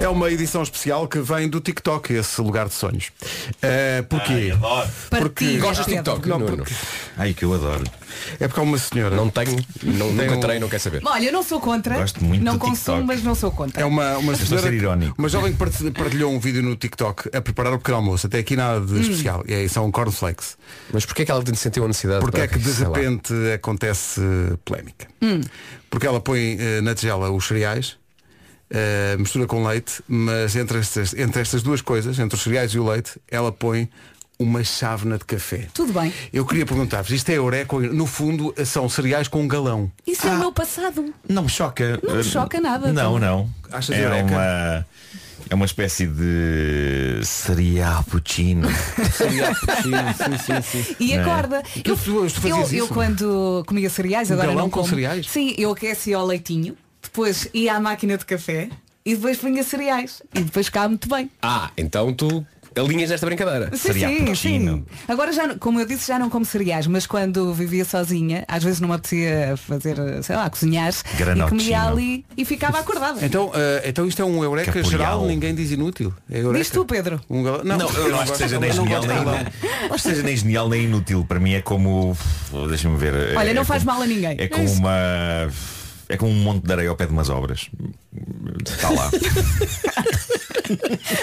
Speaker 2: É uma edição especial que vem do TikTok, esse lugar de sonhos. Eh, porquê?
Speaker 4: Partilha,
Speaker 6: Gostas de
Speaker 4: Pedro.
Speaker 6: TikTok?
Speaker 2: Não,
Speaker 6: Nuno?
Speaker 2: porque-
Speaker 9: Ai, que eu adoro.
Speaker 2: É porque há uma senhora.
Speaker 6: Não tenho, não, nunca terei, não quer saber.
Speaker 4: Olha, eu não sou contra.
Speaker 9: Gosto muito
Speaker 4: não
Speaker 9: do
Speaker 4: consumo,
Speaker 9: TikTok.
Speaker 4: mas não sou contra.
Speaker 2: É uma, uma
Speaker 9: Estou a
Speaker 2: senhora,
Speaker 9: ser irónico.
Speaker 2: uma jovem que parte- partilhou um vídeo no TikTok a preparar o pequeno almoço. Até aqui nada de especial. E é aí são um cornflakes.
Speaker 6: Mas porquê é que ela sentiu a necessidade
Speaker 2: Porque
Speaker 6: para-
Speaker 2: é que de
Speaker 6: sei lá.
Speaker 2: repente acontece eh, polémica? Porque ela põe eh, na tigela os cereais, eh, mistura com leite, mas entre estas, entre estas duas coisas, entre os cereais e o leite, ela põe uma chávena de café.
Speaker 4: Tudo bem.
Speaker 2: Eu queria perguntar-vos, isto é eureka? ou- No fundo, são cereais com um galão.
Speaker 4: Isso é o meu passado.
Speaker 9: Ah, Não me choca.
Speaker 4: Não me choca nada.
Speaker 9: Não, não.
Speaker 2: Achas
Speaker 9: é
Speaker 2: eureka?
Speaker 9: uma É uma espécie de cereal puccino.
Speaker 4: E acorda.
Speaker 2: Né? Tu- tu- tu
Speaker 4: eu,
Speaker 2: fazias
Speaker 4: eu
Speaker 2: isso?
Speaker 4: quando comia cereais,
Speaker 2: Um
Speaker 4: agora
Speaker 2: galão
Speaker 4: não
Speaker 2: com
Speaker 4: como.
Speaker 2: cereais?
Speaker 4: Sim, eu aquecia o leitinho, depois ia à máquina de café e depois punha cereais. E depois cá muito bem.
Speaker 6: Ah, então tu alinhas nesta brincadeira.
Speaker 4: Sim,
Speaker 9: Cereal
Speaker 4: sim, sim.
Speaker 9: puccino.
Speaker 4: Agora já, não- como eu disse, já não como cereais, mas quando vivia sozinha, às vezes não me apetecia fazer, sei lá, cozinhar e
Speaker 9: Granottino.
Speaker 4: comia ali e ficava acordada.
Speaker 2: Então, eh, então isto é um eureka
Speaker 9: Caporial.
Speaker 2: geral, ninguém diz inútil. É eureka.
Speaker 4: Diz tu, Pedro.
Speaker 2: Um galão.
Speaker 9: Não, eu não acho
Speaker 2: gosto
Speaker 9: que seja
Speaker 2: de
Speaker 9: nem
Speaker 2: galão,
Speaker 9: genial
Speaker 2: não gosto de
Speaker 9: nem,
Speaker 2: galão.
Speaker 9: não acho que seja nem genial nem inútil. Para mim é como. Deixa-me ver. é-
Speaker 4: Olha, não
Speaker 9: é
Speaker 4: faz
Speaker 9: como-
Speaker 4: mal a ninguém.
Speaker 9: É
Speaker 2: um
Speaker 9: como uma. É como um monte de areia ao pé de umas obras. Está lá.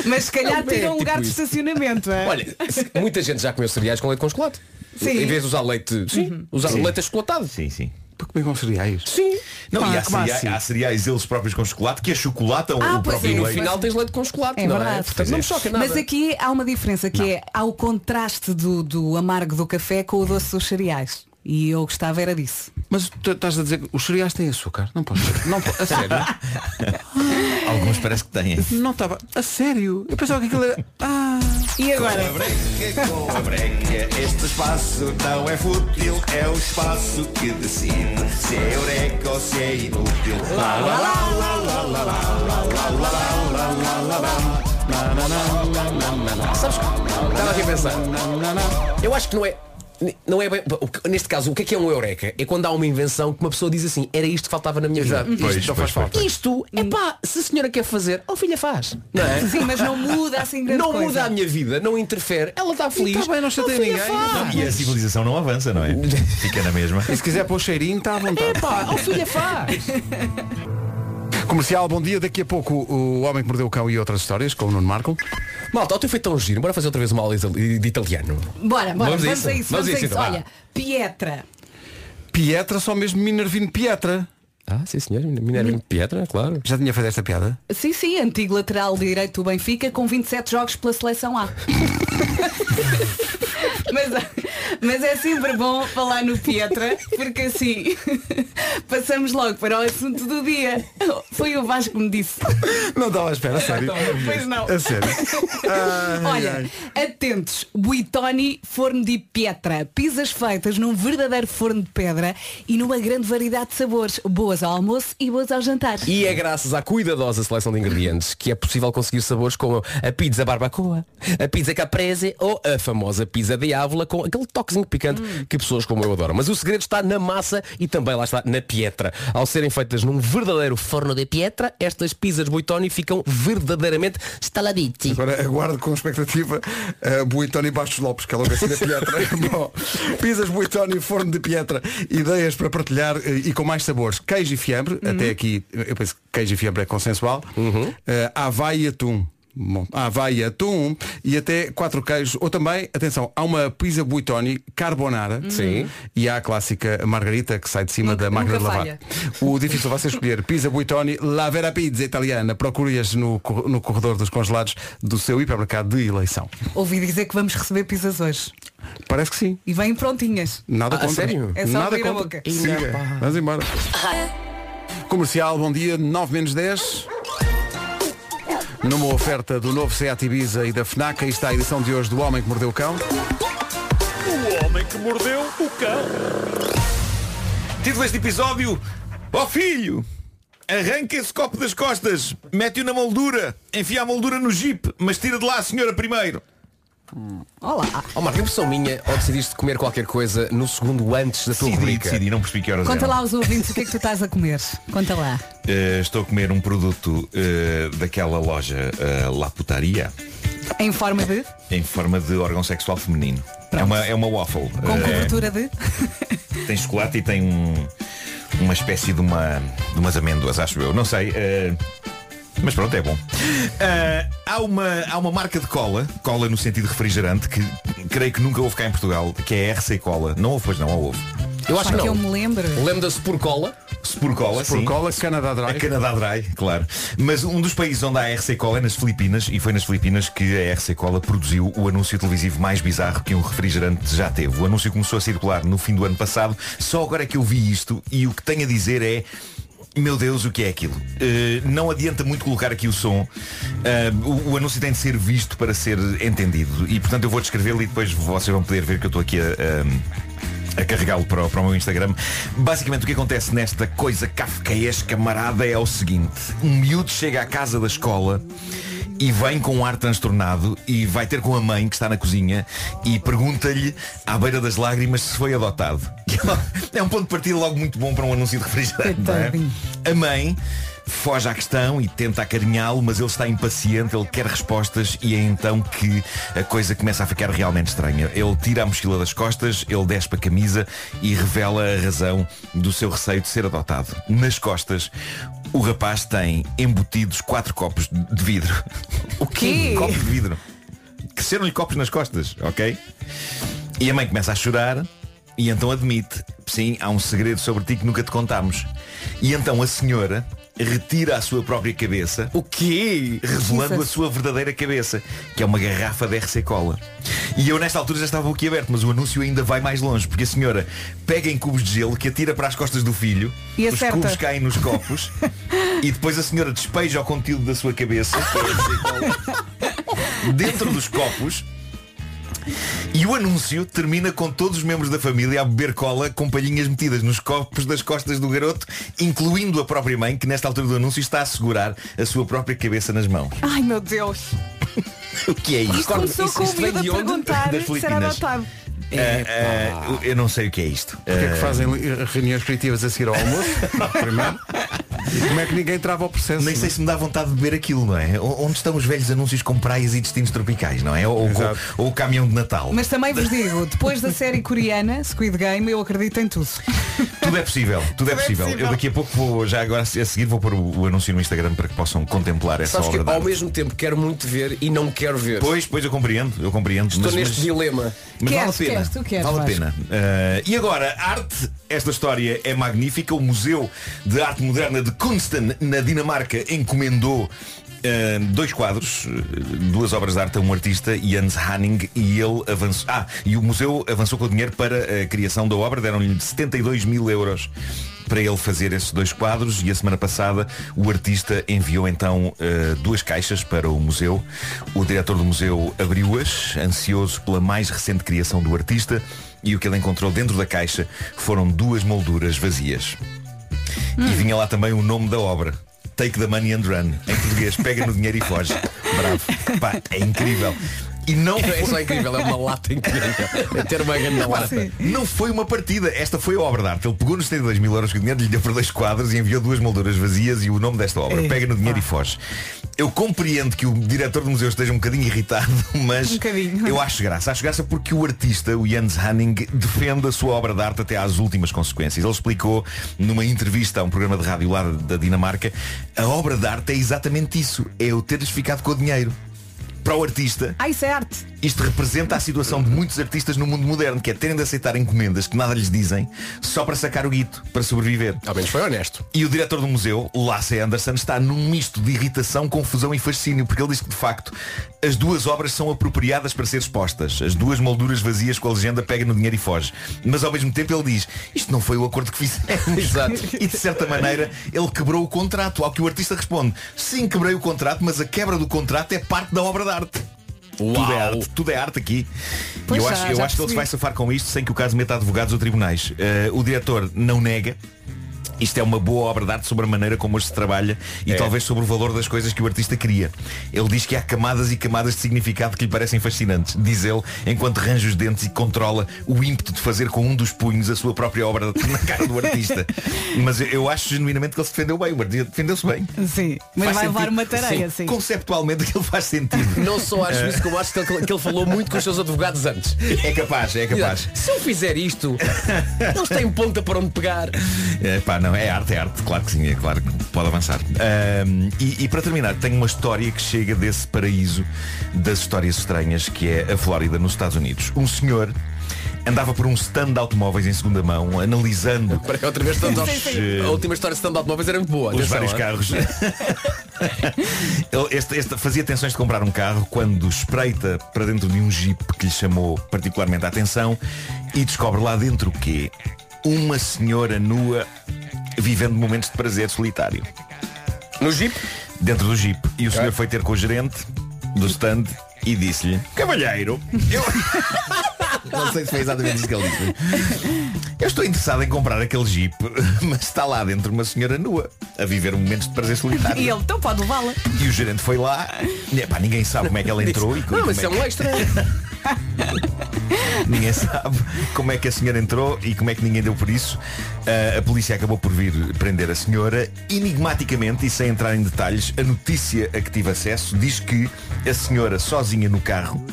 Speaker 4: Mas se calhar tira um
Speaker 6: tipo
Speaker 4: lugar de
Speaker 6: isso.
Speaker 4: estacionamento. é?
Speaker 6: Olha, se- muita gente já comeu cereais com leite com chocolate.
Speaker 4: Sim.
Speaker 6: Em vez de usar leite, sim, usar leite achocolatado.
Speaker 9: sim, sim.
Speaker 2: Para comer com cereais.
Speaker 6: Sim.
Speaker 9: Não, e há,
Speaker 2: como
Speaker 9: cereais,
Speaker 2: assim?
Speaker 9: há cereais eles próprios com chocolate que achocolatam
Speaker 2: um
Speaker 4: Ah,
Speaker 9: o
Speaker 4: pois é,
Speaker 9: próprio
Speaker 6: No
Speaker 4: Sim.
Speaker 9: leite.
Speaker 6: final tens leite com chocolate,
Speaker 4: É
Speaker 6: não é?
Speaker 4: verdade.
Speaker 6: Portanto, não me choca nada.
Speaker 4: Mas aqui há uma diferença que é há o contraste do, do amargo do café com o doce dos cereais. E eu gostava era disso.
Speaker 2: Mas tu estás a dizer que os cereais têm açúcar? Não posso. Não, po- a sério.
Speaker 9: Alguns parece que têm.
Speaker 2: não estava. A sério. Eu pensava que aquilo era. Ah.
Speaker 4: E agora?
Speaker 9: breca, com a breca, este espaço não é fútil, é o espaço que decide se é eureka ou se é inútil. Lá, lá, lá.
Speaker 6: Sabes? Estava aqui a pensar. Eu acho que não é. Não é bem, o que- neste caso, o que é que é um eureka? É quando há uma invenção que uma pessoa diz assim, era isto que faltava na minha vida. Isto
Speaker 9: Pois,
Speaker 6: não
Speaker 9: pois,
Speaker 6: faz falta. Isto, é pá, se a senhora quer fazer, ó filha faz. Não é?
Speaker 4: Sim, mas não muda assim grande
Speaker 6: Não
Speaker 4: coisa.
Speaker 6: muda a minha vida, não interfere, ela está feliz.
Speaker 2: tá bem, não
Speaker 6: Ó,
Speaker 2: chateia
Speaker 6: filha,
Speaker 2: ninguém.
Speaker 6: Faz.
Speaker 9: E a civilização não avança, não é? Fica na mesma.
Speaker 2: E se quiser pôr cheirinho, está à vontade.
Speaker 6: Pá, ó filha faz.
Speaker 2: Comercial, bom dia. Daqui a pouco o Homem que Mordeu o Cão e outras histórias com o Nuno Marco.
Speaker 6: Malta, o teu foi tão giro, bora fazer outra vez uma aula itali- de italiano.
Speaker 4: Bora, bora,
Speaker 6: Vamos
Speaker 4: vamos,
Speaker 6: a
Speaker 4: a
Speaker 6: isso.
Speaker 4: isso, vamos,
Speaker 6: Vamos a
Speaker 4: a isso.
Speaker 6: isso, então, vá.
Speaker 4: Olha, Pietra.
Speaker 2: Pietra, só mesmo Minervino Pietra.
Speaker 6: Ah, sim senhor, Minério de Pietra, claro.
Speaker 2: Já tinha feito esta piada?
Speaker 4: Sim, sim, antigo lateral direito do Benfica com 27 jogos pela seleção A. mas, mas é sempre bom falar no Pietra, porque assim passamos logo para o assunto do dia. Foi o Vasco que me disse.
Speaker 2: Não estava à espera, a sério.
Speaker 4: Então, Pois não.
Speaker 2: A sério.
Speaker 4: Olha, atentos, Buitoni forno de Pietra. Pizzas feitas num verdadeiro forno de pedra e numa grande variedade de sabores. Boas ao almoço e boas ao jantar.
Speaker 6: E é graças à cuidadosa seleção de ingredientes que é possível conseguir sabores como a pizza barbacoa, a pizza caprese ou a famosa pizza de ávola com aquele toquezinho picante que pessoas como eu adoram. Mas o segredo está na massa e também lá está na pietra. Ao serem feitas num verdadeiro forno de pietra, estas pizzas Buitoni ficam verdadeiramente estaladitas.
Speaker 2: Agora aguardo com expectativa a Buitoni Bastos Lopes, que é logo assim da Pietra. Bom, pizzas Buitoni, forno de Pietra, ideias para partilhar eh, e com mais sabores. Queijo e fiambre, até aqui eu penso que queijo e fiambre é consensual. Eh, Havaí e atum. Bom, Havaí e atum e até quatro queijos. Ou também, atenção, há uma pizza Buitoni carbonara
Speaker 6: Sim.
Speaker 2: e há a clássica margarita que sai de cima
Speaker 4: Nunca-
Speaker 2: da máquina de
Speaker 4: nunca
Speaker 2: lavar.
Speaker 4: falha.
Speaker 2: O difícil vai ser escolher pizza Buitoni, La Vera Pizza italiana. Procure-as no, cor- no corredor dos congelados do seu hipermercado de eleição.
Speaker 4: Ouvi dizer que vamos receber pizzas hoje.
Speaker 2: Parece que sim.
Speaker 4: E vêm prontinhas.
Speaker 2: Nada
Speaker 6: Ah, a
Speaker 2: contra.
Speaker 6: sério?
Speaker 4: É só
Speaker 2: Nada
Speaker 4: abrir a
Speaker 2: contra.
Speaker 4: boca.
Speaker 2: Siga. Vamos embora. Comercial, bom dia, 9 menos 10. Numa oferta do novo Seat Ibiza e da FNAC, aí está a edição de hoje do Homem que Mordeu o Cão.
Speaker 9: Título deste episódio Ó filho, arranca esse copo das costas Mete-o na moldura Enfia a moldura no jeep Mas tira de lá a senhora primeiro
Speaker 4: Olá.
Speaker 6: Oh, Marco, impressão minha, ou decidiste comer qualquer coisa no segundo antes da tua rubrica?
Speaker 9: não percebi que horas
Speaker 4: Conta
Speaker 9: eram.
Speaker 4: lá aos ouvintes o que é que tu estás a comer. Conta lá.
Speaker 9: Eh, Estou a comer um produto eh, daquela loja eh, Laputaria
Speaker 4: Em forma de?
Speaker 9: Em forma de órgão sexual feminino
Speaker 4: Pronto.
Speaker 9: é uma, é uma waffle
Speaker 4: Com
Speaker 9: Eh,
Speaker 4: cobertura de?
Speaker 9: tem chocolate e tem um- uma espécie de, uma, de umas amêndoas, acho eu. Não sei. eh, mas pronto, é bom. Eh, há, uma, há uma marca de cola, cola no sentido refrigerante, que creio que nunca houve cá em Portugal, que é a RC Cola. Não houve, pois não, ou houve.
Speaker 6: Eu acho
Speaker 4: Pá,
Speaker 6: que
Speaker 4: que é um eu
Speaker 6: não.
Speaker 4: me lembro.
Speaker 6: Lembro da Spur Cola.
Speaker 9: Por cola,
Speaker 2: Por
Speaker 9: sim.
Speaker 2: cola, Canadá
Speaker 9: A
Speaker 2: Dry.
Speaker 9: Canadá Dry, claro. Mas um dos países onde há RC Cola é nas Filipinas e foi nas Filipinas que a RC Cola produziu o anúncio televisivo mais bizarro que um refrigerante já teve. O anúncio começou a circular no fim do ano passado, só agora é que eu vi isto e o que tenho a dizer é. Meu Deus, o que é aquilo? Eh, não adianta muito colocar aqui o som. Eh, o, o anúncio tem de ser visto para ser entendido. E portanto eu vou descrevê-lo e depois vocês vão poder ver que eu estou aqui a, a- a carregá-lo para, o- para o meu Instagram. Basicamente o que acontece nesta coisa kafkaesca camarada é o seguinte. Um miúdo chega à casa da escola e vem com um ar transtornado e vai ter com a mãe que está na cozinha e pergunta-lhe à beira das lágrimas se foi adotado. É um ponto de partida logo muito bom para um anúncio de refrigerante. não é?
Speaker 4: Coitadinho.
Speaker 9: A mãe foge à questão e tenta acarinhá-lo, mas ele está impaciente, ele quer respostas e é então que a coisa começa a ficar realmente estranha. Ele tira a mochila das costas, ele despe a camisa e revela a razão do seu receio de ser adotado. Nas costas, o rapaz tem embutidos quatro copos de vidro. O
Speaker 4: quê?
Speaker 9: Copos um de vidro. Cresceram-lhe copos nas costas, ok? E a mãe começa a chorar e então admite, sim, há um segredo sobre ti que nunca te contámos. E então a senhora retira a sua própria cabeça,
Speaker 6: O quê?
Speaker 9: revelando a
Speaker 4: Jesus.
Speaker 9: sua verdadeira cabeça, que é uma garrafa de RC Cola. E eu nesta altura já estava aqui aberto, mas o anúncio ainda vai mais longe, porque a senhora pega em cubos de gelo que atira para as costas do filho,
Speaker 4: E
Speaker 9: os
Speaker 4: acerta.
Speaker 9: cubos caem nos copos, e depois a senhora despeja o conteúdo da sua cabeça, que é RC Cola, é. dentro dos copos, e o anúncio termina com todos os membros da família a beber cola com palhinhas metidas nos copos das costas do garoto, incluindo a própria mãe, que nesta altura do anúncio está a segurar a sua própria cabeça nas mãos.
Speaker 4: Ai meu Deus.
Speaker 9: O que é isto?
Speaker 4: Começou
Speaker 6: isso-
Speaker 4: com
Speaker 6: isso
Speaker 4: o
Speaker 6: vem
Speaker 4: miúdo a
Speaker 6: de onde?
Speaker 4: perguntar
Speaker 9: Das
Speaker 4: se era
Speaker 9: Filipinas.
Speaker 4: adotado.
Speaker 9: Ah, ah, eu não sei o que é isto.
Speaker 2: Porque é que fazem li- reuniões criativas a seguir ao almoço? Primeiro. Como é que ninguém trava o processo?
Speaker 9: Nem sei se me dá vontade de beber aquilo, não é? O- Onde estão os velhos anúncios com praias e destinos tropicais, não é? Ou, com-
Speaker 2: Exato.
Speaker 9: ou o caminhão de Natal.
Speaker 4: Mas também vos digo, depois da série coreana, Squid Game, eu acredito em tudo.
Speaker 9: Tudo é possível, tudo, é, possível. Eu daqui a pouco vou, já agora a seguir vou pôr o, o anúncio no Instagram para que possam contemplar essa
Speaker 6: Sabes que
Speaker 9: obra de
Speaker 6: ao
Speaker 9: arte.
Speaker 6: mesmo tempo quero muito ver e não quero ver.
Speaker 9: Pois, pois eu compreendo, eu compreendo.
Speaker 6: Estou
Speaker 9: mas-
Speaker 6: neste
Speaker 9: mas-
Speaker 6: dilema.
Speaker 9: Mas
Speaker 4: Queres,
Speaker 9: vale a pena.
Speaker 4: queres, tu queres,
Speaker 9: vale a
Speaker 4: Vasco.
Speaker 9: pena. Eh, e agora, arte. Esta história é magnífica. O Museu de Arte Moderna de Kunsten, na Dinamarca, encomendou eh, dois quadros, eh, duas obras de arte a um artista, Jens Hanning, e ele avançou. Ah, e o museu avançou com o dinheiro para a criação da obra, deram-lhe 72 mil euros para ele fazer esses dois quadros e a semana passada o artista enviou então eh, duas caixas para o museu. O diretor do museu abriu-as, ansioso pela mais recente criação do artista, e o que ele encontrou dentro da caixa foram duas molduras vazias. E vinha lá também o nome da obra. Take the money and run. Em português, pega no dinheiro e foge. Bravo. Pá, é incrível. E não
Speaker 6: É
Speaker 9: foi
Speaker 6: só incrível, é uma lata incrível. É ter uma grande lata.
Speaker 9: não foi uma partida, esta foi a obra de arte. Ele pegou nos 32 mil euros que o dinheiro lhe deu para dois quadros e enviou duas molduras vazias e o nome desta obra. Pega no dinheiro e foge. Eu compreendo que o diretor do museu esteja um bocadinho irritado, mas
Speaker 4: Um bocadinho.
Speaker 9: eu acho graça. Acho graça porque o artista, o Jens Hanning, defende a sua obra de arte até às últimas consequências. Ele explicou numa entrevista a um programa de rádio lá da Dinamarca, a obra de arte é exatamente isso. É eu teres ficado com o dinheiro. Para o artista,
Speaker 4: Ai, isso é arte.
Speaker 9: isto representa a situação de muitos artistas no mundo moderno, que é terem de aceitar encomendas que nada lhes dizem, só para sacar o guito, para sobreviver.
Speaker 6: Ao menos foi honesto.
Speaker 9: E o diretor do museu, Lasse Anderson, está num misto de irritação, confusão e fascínio, porque ele diz que, de facto, as duas obras são apropriadas para ser expostas. As duas molduras vazias com a legenda pega no dinheiro e foge. Mas, ao mesmo tempo, ele diz, isto não foi o acordo que fizemos.
Speaker 6: Exato.
Speaker 9: E, de certa maneira, ele quebrou o contrato, ao que o artista responde, sim, quebrei o contrato, mas a quebra do contrato é parte da obra de arte. Tudo é
Speaker 6: Uau.
Speaker 9: arte, tudo é arte aqui. E
Speaker 4: Pois
Speaker 9: eu
Speaker 4: já,
Speaker 9: acho,
Speaker 4: já
Speaker 9: eu acho que ele
Speaker 4: percebi.
Speaker 9: se vai safar com isto sem que o caso meta advogados ou tribunais. Eh, o diretor não nega. Isto é uma boa obra de arte sobre a maneira como hoje se trabalha e talvez sobre o valor das coisas que o artista cria. Ele diz que há camadas e camadas de significado que lhe parecem fascinantes, diz ele, enquanto range os dentes e controla o ímpeto de fazer com um dos punhos a sua própria obra na cara do artista. Mas eu- eu acho genuinamente que ele se defendeu bem, o artista defendeu-se bem.
Speaker 4: Sim, mas
Speaker 9: Faz
Speaker 4: vai
Speaker 9: sentido.
Speaker 4: levar uma tareia, sim.
Speaker 9: Conceptualmente aquilo faz sentido.
Speaker 6: Não só acho isso, como acho que ele, que ele falou muito com os seus advogados antes.
Speaker 9: É capaz, é capaz.
Speaker 6: Se eu fizer isto, eles têm ponta para onde pegar.
Speaker 9: É, pá, não, é arte, é arte, claro que sim, é claro que pode avançar. Ahm, e, e para terminar, tenho uma história que chega desse paraíso das histórias estranhas, que é a Flórida, nos Estados Unidos. Um senhor andava por um stand de automóveis em segunda mão, analisando
Speaker 6: Para É outra vez, stand
Speaker 9: Sim, sim.
Speaker 6: a última história de stand-up uma vez era muito boa.
Speaker 9: os
Speaker 6: atenção,
Speaker 9: vários
Speaker 6: hein?
Speaker 9: carros. Ele este- este fazia tensões de comprar um carro quando espreita para dentro de um jeep que lhe chamou particularmente a atenção e descobre lá dentro que uma senhora nua vivendo momentos de prazer solitário
Speaker 6: No Jeep?
Speaker 9: dentro do Jeep. E o senhor foi ter com o gerente do stand e disse-lhe, cavalheiro, eu... Não sei se foi exatamente isso que ele disse. Eu estou interessado em comprar aquele Jeep, mas está lá dentro uma senhora nua, a viver momentos de prazer solitário.
Speaker 4: E ele, então pode levá-la.
Speaker 9: E o gerente foi lá, e, epá, ninguém sabe como é que ela entrou e como
Speaker 6: Não, mas
Speaker 9: é
Speaker 6: isso é um
Speaker 9: que,
Speaker 6: extra.
Speaker 9: ninguém sabe como é que a senhora entrou e como é que ninguém deu por isso. Ah, a polícia acabou por vir prender a senhora. Enigmaticamente, e sem entrar em detalhes, a notícia a que tive acesso diz que a senhora sozinha no carro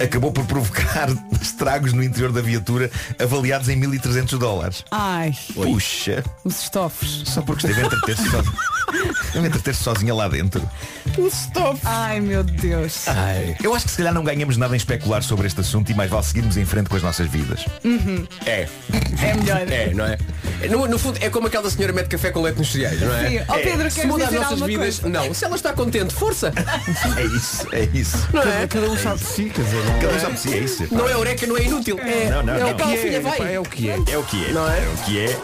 Speaker 9: acabou por provocar estragos no interior da viatura avaliados em 1.300 dólares.
Speaker 4: Ai,
Speaker 9: Puxa,
Speaker 4: os estofes.
Speaker 9: só porque esteve a entreter-se sozinha. Esteve a entreter-se sozinha lá dentro.
Speaker 4: Ai, meu Deus.
Speaker 6: Ah,
Speaker 9: Eu acho que se calhar não ganhamos nada em especular sobre este assunto e mais vale seguirmos em frente com as nossas vidas.
Speaker 6: É.
Speaker 4: É melhor.
Speaker 6: É, não é? No, no fundo, é como aquela senhora mete café com leite nos cereais, não é?
Speaker 4: Sim. Ó,
Speaker 6: É.
Speaker 4: Pedro,
Speaker 6: Se
Speaker 4: queres
Speaker 6: muda as
Speaker 4: dizer
Speaker 6: nossas
Speaker 4: alguma
Speaker 6: vidas,
Speaker 4: coisa?
Speaker 6: não. Se ela está contente, força!
Speaker 9: É isso, é isso.
Speaker 6: Não é?
Speaker 2: Cada um sabe de si, quer dizer,
Speaker 9: Cada um sabe se é isso.
Speaker 6: Não é eureka, não é inútil. É,
Speaker 9: Não, não,
Speaker 6: é
Speaker 9: não.
Speaker 6: o que a filha vai.
Speaker 2: pá, é o que é.
Speaker 9: É o que é.
Speaker 6: Não é?
Speaker 9: o que é.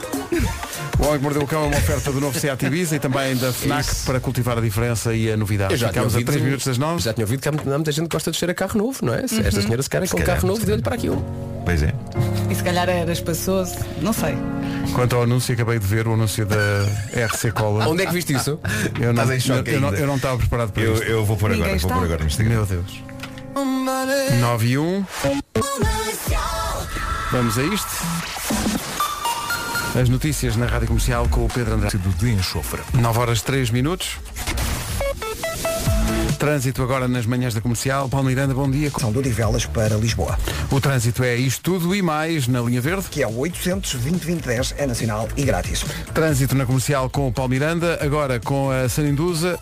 Speaker 2: O Homem que Mordeu o Cão é uma oferta do novo Seat Ibiza e também da FNAC para cultivar a diferença e a novidade.
Speaker 6: É Eu já
Speaker 2: Ficamos
Speaker 6: tinha
Speaker 2: a
Speaker 6: ouvido- um-
Speaker 2: 3 minutos das 9.
Speaker 6: Já tinha ouvido que há muita há muita gente que gosta de descer a carro novo, não é? Se Esta senhora se cara com um
Speaker 9: calhar,
Speaker 6: carro novo
Speaker 9: sim.
Speaker 6: deu-lhe para aquilo.
Speaker 9: Pois é.
Speaker 4: E se calhar era espaçoso. Não sei.
Speaker 2: Quanto ao anúncio, acabei de ver o anúncio da RC Cola.
Speaker 6: Onde é que viste isso?
Speaker 2: Eu não,
Speaker 9: Estás em choque
Speaker 2: eu, eu não,
Speaker 9: ainda.
Speaker 2: eu não estava preparado para
Speaker 9: Eu,
Speaker 2: isto.
Speaker 9: eu vou pôr
Speaker 4: Ninguém
Speaker 9: agora, vou
Speaker 4: está.
Speaker 9: pôr agora no Instagram.
Speaker 2: Meu Deus. 9 e 1. Vamos a isto. As notícias na Rádio Comercial com o Pedro Andrade.
Speaker 1: De enxofre.
Speaker 2: 9 horas 3 minutos. Trânsito agora nas manhãs da comercial. Paulo Miranda, bom dia.
Speaker 3: São do Odivelas para Lisboa,
Speaker 2: O trânsito é isto tudo e mais na linha verde.
Speaker 3: que é o 800 2010 é nacional e grátis.
Speaker 2: Trânsito na comercial com o Paulo Miranda, agora com a Saninduza.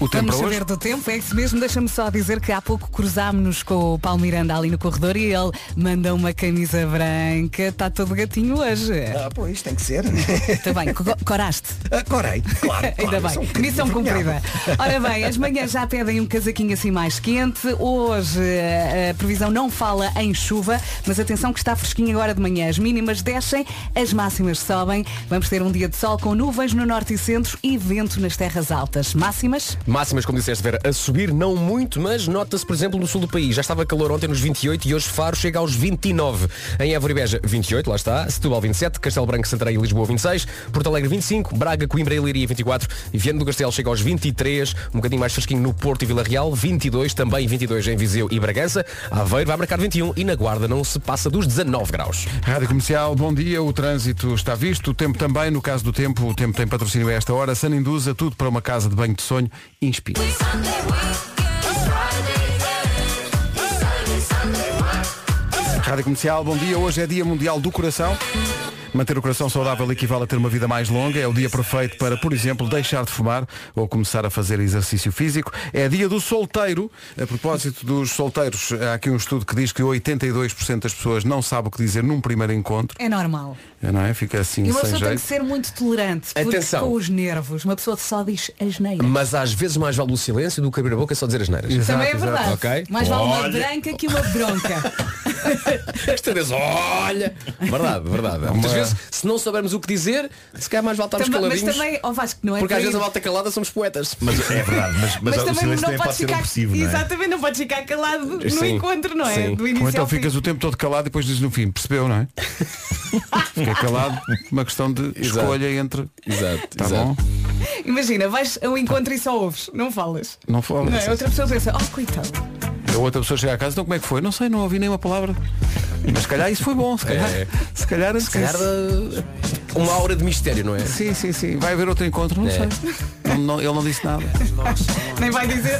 Speaker 2: O tempo
Speaker 4: Vamos
Speaker 2: para hoje.
Speaker 4: saber do tempo, é isso mesmo. Deixa-me só dizer que há pouco cruzámos-nos com o Paulo Miranda ali no corredor e ele manda uma camisa branca. Está todo gatinho hoje.
Speaker 3: Ah, pois, tem que ser.
Speaker 4: Está bem, co- coraste.
Speaker 3: Ah, Corei, claro.
Speaker 4: Ainda
Speaker 3: claro,
Speaker 1: é
Speaker 3: sou um
Speaker 4: bem,
Speaker 3: bocadinho
Speaker 4: missão
Speaker 3: envergonhado.
Speaker 4: cumprida. Ora bem, as manhãs já pedem um casaquinho assim mais quente. Hoje eh, a previsão não fala em chuva, mas atenção que está fresquinho agora de manhã. As mínimas descem, as máximas sobem. Vamos ter um dia de sol com nuvens no norte e centro e vento nas terras altas. Máximas?
Speaker 6: Máximas, como disseste, Vera, a subir não muito, mas nota-se, por exemplo, no sul do país. Já estava calor ontem nos 28 e hoje Faro chega aos 29. Em Évora e Beja, 28, lá está. Setúbal, 27. Castelo Branco, Santarém e Lisboa, 26. Porto Alegre, 25. Braga, Coimbra e Leiria, 24. E Viana do Castelo chega aos 23. Um bocadinho mais fresquinho no Porto e Vila Real, 22. Também 22 em Viseu e Bragança. Aveiro vai marcar 21 e na Guarda não se passa dos 19 graus.
Speaker 2: Rádio Comercial, bom dia. O trânsito está visto, o tempo também. No caso do tempo, o tempo tem patrocínio a esta hora. Saninduza, tudo para uma casa de banho de sonho. Inspira. Rádio Comercial, bom dia. Hoje é Dia Mundial do Coração. Manter o coração saudável equivale a ter uma vida mais longa. É o dia perfeito para, por exemplo, deixar de fumar ou começar a fazer exercício físico. É dia do solteiro. A propósito dos solteiros, há aqui um estudo que diz que 82% das pessoas não sabem o que dizer num primeiro encontro.
Speaker 4: É normal.
Speaker 2: Não é? Fica assim
Speaker 4: E uma
Speaker 2: sem
Speaker 4: pessoa tem que
Speaker 2: jeito.
Speaker 4: ser muito tolerante, porque
Speaker 6: Atenção.
Speaker 4: com os nervos, uma pessoa só diz asneira.
Speaker 6: Mas às vezes mais vale o silêncio do que abrir a boca e só dizer as neiras.
Speaker 2: Exato,
Speaker 4: Também é
Speaker 2: exato.
Speaker 4: verdade.
Speaker 6: Ok.
Speaker 4: Mais vale uma
Speaker 9: Olha.
Speaker 4: branca que uma bronca.
Speaker 6: Esta vez, olha! Verdade, verdade. Muitas vezes, se não soubermos o que dizer, se calhar mais voltamos
Speaker 4: Também- mas
Speaker 6: caladinhos.
Speaker 4: também, ó Vasco, não é
Speaker 6: Porque às
Speaker 4: para
Speaker 6: vezes a
Speaker 4: ir-
Speaker 6: volta calada somos poetas.
Speaker 9: Mas é verdade, mas, mas, o
Speaker 4: também
Speaker 9: silêncio
Speaker 4: não
Speaker 9: também pode
Speaker 4: podes
Speaker 9: ser
Speaker 4: ficar,
Speaker 9: opressivo, não é?
Speaker 4: Exatamente, não podes ficar calado no
Speaker 6: Sim.
Speaker 4: encontro, não é?
Speaker 6: Sim.
Speaker 4: Do início
Speaker 2: Ou então
Speaker 4: ao fim.
Speaker 2: ficas o tempo todo calado e depois dizes no fim, percebeu, não é? Fica calado, uma questão de escolha entre.
Speaker 6: Exato,
Speaker 2: Tá
Speaker 6: exato.
Speaker 2: bom?
Speaker 4: Imagina, vais a um encontro e só ouves, não falas.
Speaker 2: Não fala.
Speaker 4: Não é? Outra pessoa pensa, oh coitado.
Speaker 2: A outra pessoa chega a casa, então como é que foi? Não sei, não ouvi nenhuma palavra. Mas se calhar isso foi bom, se calhar.
Speaker 6: É.
Speaker 2: Se calhar,
Speaker 6: Se calhar eh, uma aura de mistério, não é?
Speaker 2: Sim, sim, sim. Vai haver outro encontro, não
Speaker 6: É.
Speaker 2: sei. Não- não- ele não disse nada.
Speaker 4: Nem vai dizer.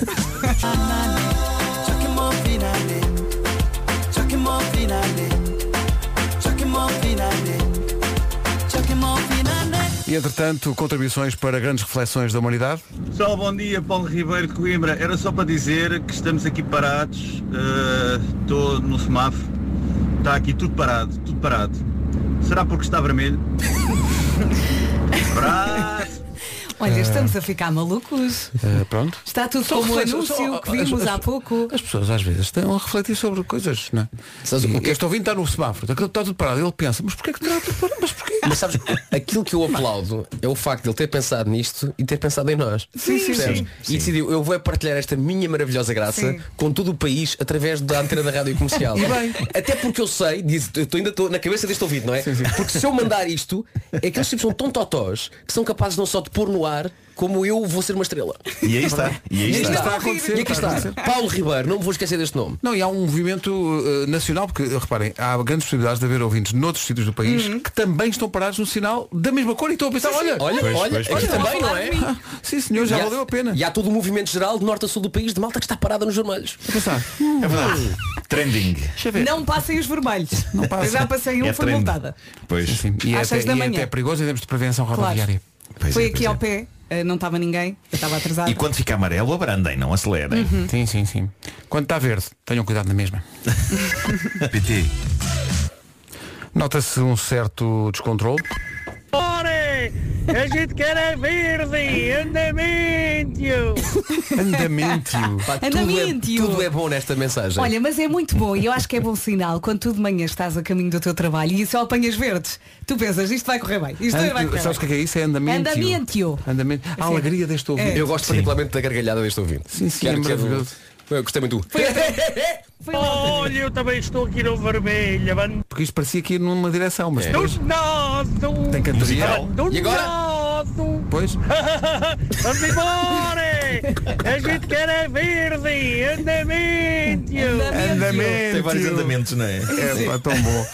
Speaker 2: E entretanto, contribuições para grandes reflexões da humanidade.
Speaker 10: Pessoal, bom dia, Paulo Ribeiro de Coimbra. Era só para dizer que estamos aqui parados, eh, estou no semáforo, está aqui tudo parado, tudo parado. Será porque está vermelho? Braço!
Speaker 4: Olha, estamos a ficar malucos.
Speaker 2: Eh, pronto.
Speaker 4: Está tudo
Speaker 2: Só
Speaker 4: como o
Speaker 2: reflexões,
Speaker 4: anúncio
Speaker 2: só-
Speaker 4: que vimos
Speaker 2: as-
Speaker 4: há pouco.
Speaker 2: As pessoas às vezes estão a refletir sobre coisas, não é?
Speaker 6: Sabes
Speaker 2: E
Speaker 6: o que-
Speaker 2: Este ouvinte está no semáforo, está está tudo parado. Ele pensa, mas porquê que está tudo parado? Mas porquê?
Speaker 6: Mas sabes, aquilo que eu aplaudo é o facto de ele ter pensado nisto e ter pensado em nós.
Speaker 4: Sim, sim,
Speaker 6: Percebes?
Speaker 4: sim.
Speaker 6: E decidiu, eu vou é partilhar esta minha maravilhosa graça
Speaker 4: Sim.
Speaker 6: com todo o país através da antena da rádio comercial. Até porque eu sei, diz, eu tô- ainda estou na cabeça deste ouvido, não é? Porque se eu mandar isto, é aqueles tipos tipo, são tão totós que são capazes não só de pôr no ar, como eu vou ser uma estrela.
Speaker 9: E aí está, e
Speaker 6: E
Speaker 9: aí
Speaker 6: aqui
Speaker 9: está.
Speaker 6: está,
Speaker 2: a acontecer,
Speaker 6: e aqui
Speaker 2: está a
Speaker 6: está. Paulo Ribeiro, não me vou esquecer deste nome.
Speaker 2: Não, e há um movimento eh, nacional, porque reparem, há grandes possibilidades de haver ouvintes noutros sítios do país que também estão parados no sinal da mesma cor e estão a pensar, olha,
Speaker 6: Olha, olha, aqui
Speaker 9: pois, pois.
Speaker 6: também, não é?
Speaker 2: ah, sim senhor, já
Speaker 6: E há-
Speaker 2: valeu a pena.
Speaker 6: E há todo o movimento geral de norte a sul do país de malta que está parada nos vermelhos.
Speaker 2: Pensar,
Speaker 9: É verdade. Trending.
Speaker 4: Não passem os vermelhos.
Speaker 2: passa.
Speaker 4: Eu já passei um,
Speaker 9: É
Speaker 4: foi
Speaker 9: trend.
Speaker 4: multada.
Speaker 9: Pois.
Speaker 2: sim, e é, até,
Speaker 4: Às seis da
Speaker 2: e é
Speaker 4: manhã.
Speaker 2: até perigoso em termos de prevenção
Speaker 4: Claro.
Speaker 2: rodoviária.
Speaker 9: Pois
Speaker 4: foi
Speaker 9: é,
Speaker 4: aqui
Speaker 9: pois
Speaker 4: ao
Speaker 9: é.
Speaker 4: pé, eh, não estava ninguém, eu estava atrasada.
Speaker 9: E quando fica amarelo, abrandem, não acelerem.
Speaker 2: Sim, sim, sim. Quando está verde, tenham cuidado na mesma.
Speaker 9: PT.
Speaker 2: Nota-se um certo descontrole.
Speaker 10: A gente quer é verde, andamento!
Speaker 2: Andamento.
Speaker 6: Pá,
Speaker 4: Anda
Speaker 6: tudo, é,
Speaker 4: mente,
Speaker 6: tudo
Speaker 4: Hugo.
Speaker 6: é bom nesta mensagem.
Speaker 4: Olha, mas é muito bom e eu acho que é bom sinal quando tu de manhã estás a caminho do teu trabalho e só apanhas verdes. Tu pensas, isto vai correr bem, isto vai
Speaker 2: And,
Speaker 4: correr
Speaker 2: sabes o
Speaker 4: bem.
Speaker 2: que é isso? É andamento.
Speaker 4: Andamento.
Speaker 2: Andamento. A
Speaker 4: Assim.
Speaker 2: alegria deste ouvido.
Speaker 6: eu gosto particularmente da gargalhada deste ouvinte.
Speaker 2: Sim, sim, é
Speaker 6: que eu-
Speaker 2: maravilhoso.
Speaker 6: Eu gostei muito. do-
Speaker 4: Foi logo.
Speaker 10: Olha, eu também estou aqui no vermelho, abandono
Speaker 2: Porque isto parecia que ia numa direção, mas depois
Speaker 10: nosso!
Speaker 2: tem cantoria.
Speaker 9: Musical.
Speaker 6: E agora?
Speaker 10: nosso!
Speaker 2: Depois,
Speaker 10: Vamos embora! A gente quer é verde, andamento!
Speaker 9: Tem vários andamentos, não é?
Speaker 2: É, pá, tão bom.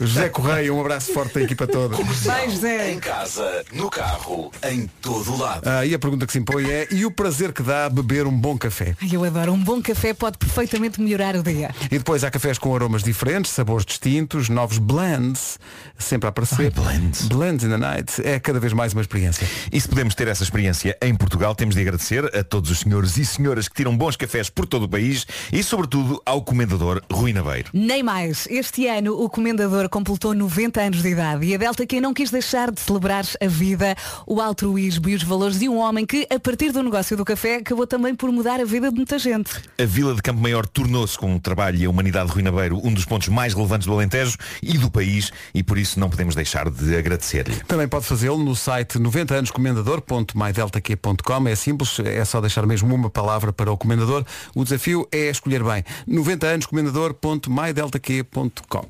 Speaker 2: José Correia, um abraço forte da equipa toda.
Speaker 4: Vai, José.
Speaker 1: Em casa, no carro, em todo lado.
Speaker 2: Ah, e a pergunta que se impõe é, e o prazer que dá beber um bom café?
Speaker 4: Ai, eu adoro. Um bom café pode perfeitamente melhorar o dia.
Speaker 2: E depois há cafés com aromas diferentes, sabores distintos, novos blends, sempre a aparecer.
Speaker 9: blends.
Speaker 2: Blends in the night. É cada vez mais uma experiência.
Speaker 9: E se podemos ter essa experiência em Portugal, temos de agradecer a todos os senhores e senhoras que tiram bons cafés por todo o país e, sobretudo, ao comendador Rui Naveiro.
Speaker 4: Nem mais. Este ano o Comendador completou 90 anos de idade e a Delta que não quis deixar de celebrar a vida, o altruísmo e os valores de um homem que, a partir do negócio do café, acabou também por mudar a vida de muita gente.
Speaker 9: A Vila de Campo Maior tornou-se, com o trabalho e a humanidade de Rui Naveiro, um dos pontos mais relevantes do Alentejo e do país e, por isso, não podemos deixar de agradecer-lhe.
Speaker 2: Também pode fazê-lo no site 90anoscomendador.mydeltaq.com É simples, é só deixar mesmo uma palavra para o comendador. O desafio é escolher bem. 90anoscomendador.mydeltaq.com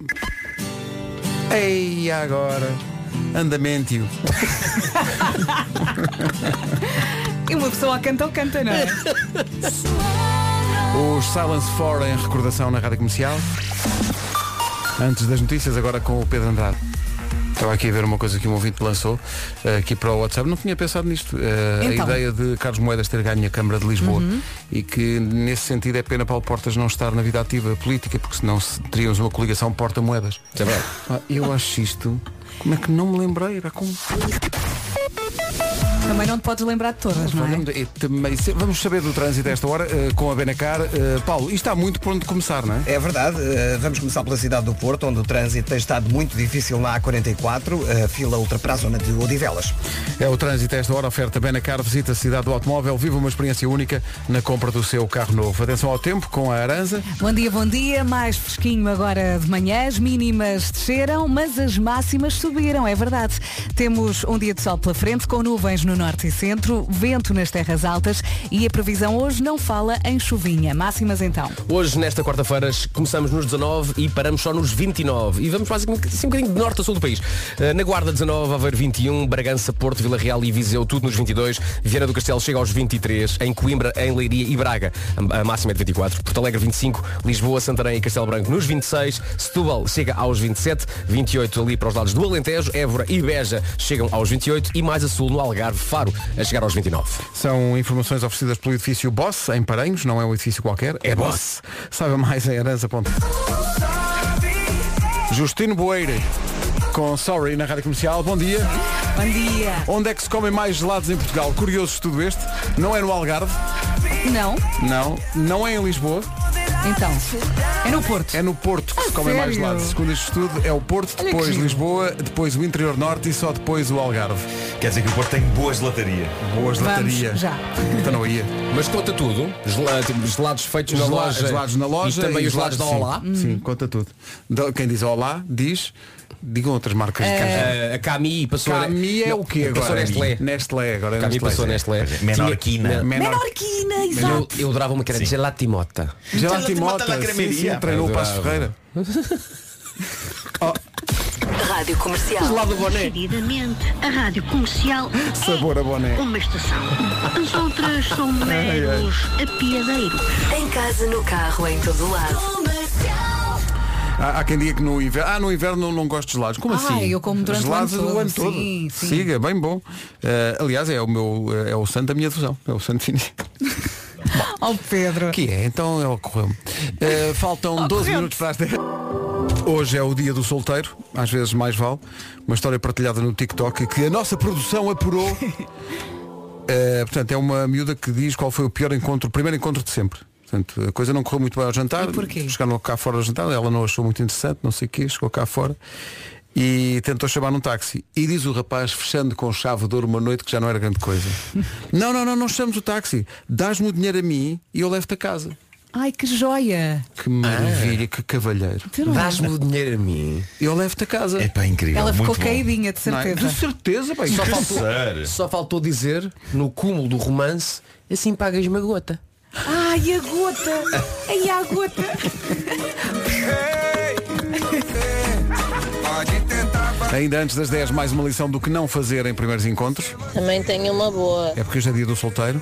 Speaker 2: Ei, agora, andamento.
Speaker 4: E uma pessoa canta ou canta, não é?
Speaker 2: Os Silence 4 em recordação na Rádio Comercial. Antes das notícias, agora com o Pedro Andrade. Estava aqui a ver uma coisa que um ouvinte lançou eh, aqui para o WhatsApp. Não tinha pensado nisto. Eh,
Speaker 4: Então. Uhum.
Speaker 2: A ideia de Carlos Moedas ter ganho a Câmara de Lisboa e que nesse sentido é pena Paulo Portas não estar na vida ativa política, porque senão se- teríamos uma coligação Porta-Moedas.
Speaker 6: É verdade.
Speaker 2: Ah, Eu acho isto Como é que não me lembrei? Era como...
Speaker 4: Também não te podes lembrar de todas, não é?
Speaker 2: Olhando, e também se- Vamos saber do trânsito a esta hora eh, com a Benacar. Eh, Paulo, isto há muito por onde começar, não é?
Speaker 3: É verdade, eh, vamos começar pela cidade do Porto, onde o trânsito tem estado muito difícil na A44, a fila ultrapara a zona de Odivelas.
Speaker 2: É o trânsito a esta hora, oferta Benacar, visita a cidade do automóvel, viva uma experiência única na compra do seu carro novo. Atenção ao tempo com a Aranza.
Speaker 4: Bom dia, bom dia. Mais fresquinho agora de manhã. As mínimas desceram, mas as máximas subiram, é verdade. Temos um dia de sol pela frente, com nuvens no norte e centro, vento nas terras altas e a previsão hoje não fala em chuvinha. Máximas então.
Speaker 6: Hoje, nesta quarta-feira, começamos nos 19 e paramos só nos 29. E vamos basicamente assim, um bocadinho de norte a sul do país. Eh, na Guarda 19, Aveiro 21, Bragança, Porto, Vila Real e Viseu, tudo nos 22. Viana do Castelo chega aos 23. Em Coimbra, em Leiria e Braga, a a máxima é de 24. Porto Alegre 25, Lisboa, Santarém e Castelo Branco nos 26. Setúbal chega aos 27. 28 ali para os lados do Alentejo, Évora e Beja chegam aos 28. E mais a sul, no Algarve, Faro, a chegar aos 29.
Speaker 2: São informações oferecidas pelo edifício Boss, em Paranhos, não é um edifício qualquer, é Boss. Saiba mais em aranza.com. Justino Boeire, com Sorry na Rádio Comercial, bom dia.
Speaker 4: Bom dia.
Speaker 2: Onde é que se comem mais gelados em Portugal? Curioso estudo este. Não é no Algarve,
Speaker 4: Não?
Speaker 2: não. Não é em Lisboa,
Speaker 4: Então. É no Porto.
Speaker 2: é no Porto que se comem mais
Speaker 4: sério?
Speaker 2: gelados. Segundo este estudo, é o Porto,
Speaker 4: Olha que
Speaker 2: depois
Speaker 4: giro.
Speaker 2: Lisboa, depois o interior norte e só depois o Algarve.
Speaker 9: Quer dizer que o Porto tem boa gelataria.
Speaker 2: Boa gelataria.
Speaker 4: já.
Speaker 2: Então não ia.
Speaker 6: Mas conta tudo. Gela- tipo, gelados feitos
Speaker 2: Os
Speaker 6: na loja.
Speaker 2: gelados na loja.
Speaker 6: E também
Speaker 2: e
Speaker 6: os gelados da
Speaker 2: sim.
Speaker 6: Olá.
Speaker 2: Sim, conta tudo. Da- Quem diz Olá, diz. Digam outras marcas de caixa.
Speaker 6: A, a Eh, Cami passou a-
Speaker 2: Cami é
Speaker 6: Não,
Speaker 2: o quê agora?
Speaker 6: Passou a Nestlé.
Speaker 2: Nestlé agora. é
Speaker 6: Cami passou a Nestlé.
Speaker 9: Menorquina.
Speaker 6: Tinha-
Speaker 2: Menor.
Speaker 4: Menorquina,
Speaker 6: Eu,
Speaker 4: exato.
Speaker 6: eu adorava uma que era de gelatimota.
Speaker 9: Mata
Speaker 2: Gelatimota.
Speaker 9: lá
Speaker 2: Sim,
Speaker 9: cremeria.
Speaker 2: sim, treinou o Passo
Speaker 6: Adorava.
Speaker 2: Ferreira.
Speaker 7: Rádio Comercial.
Speaker 6: Lá do boné.
Speaker 11: Decididamente, a rádio comercial
Speaker 2: Sabor a boné.
Speaker 11: é uma estação. As outras são meros apiadeiros.
Speaker 7: Em casa, no carro, em todo lado.
Speaker 2: Há, há quem diga que no inverno. Ah, no inverno não, não gosto de gelados. Como
Speaker 4: Ah,
Speaker 2: assim?
Speaker 4: eu como durante o
Speaker 2: gelados
Speaker 4: ano todo.
Speaker 2: do ano todo.
Speaker 4: Sim, sim.
Speaker 2: Siga, bem bom. Eh, aliás, é o meu, eh, é o santo da minha devoção. É o santo fininho.
Speaker 4: Oh, Pedro.
Speaker 2: Que é, então é ocorreu-me. Uh,
Speaker 4: Oh,
Speaker 2: faltam 12 minutos para as 10. Hoje é o dia do solteiro, às vezes mais vale. Uma história partilhada no TikTok que a nossa produção apurou. Uh, portanto, é uma miúda que diz qual foi o pior encontro, o primeiro encontro de sempre. Portanto, a coisa não correu muito bem ao jantar.
Speaker 4: E porquê?
Speaker 2: Chegaram cá fora ao jantar, ela não achou muito interessante, não sei o quê, chegou cá fora e tentou chamar num táxi. E diz o rapaz, fechando com chave de ouro uma noite que já não era grande coisa. não, não, não, não chamamos o táxi. Dás-me o dinheiro a mim e eu levo-te a casa.
Speaker 4: Ai, que joia.
Speaker 2: Que maravilha,
Speaker 4: Ah.
Speaker 2: que cavalheiro.
Speaker 4: Tu não-
Speaker 6: Dás-me o dinheiro é a mim.
Speaker 2: Eu levo-te a casa.
Speaker 9: É pá, incrível.
Speaker 4: Ela ficou
Speaker 9: muito bom.
Speaker 4: caidinha, de
Speaker 2: Não é?
Speaker 4: certeza.
Speaker 2: De certeza, bem.
Speaker 6: Só
Speaker 2: Que
Speaker 6: faltou,
Speaker 9: ser.
Speaker 6: só faltou dizer, no cúmulo do romance, assim pagas-me a gota.
Speaker 4: Ai, a gota! Ai, a gota!
Speaker 2: Ainda antes das 10, mais uma lição do que não fazer em primeiros encontros.
Speaker 11: Também tenho uma boa.
Speaker 2: É porque hoje é dia do solteiro.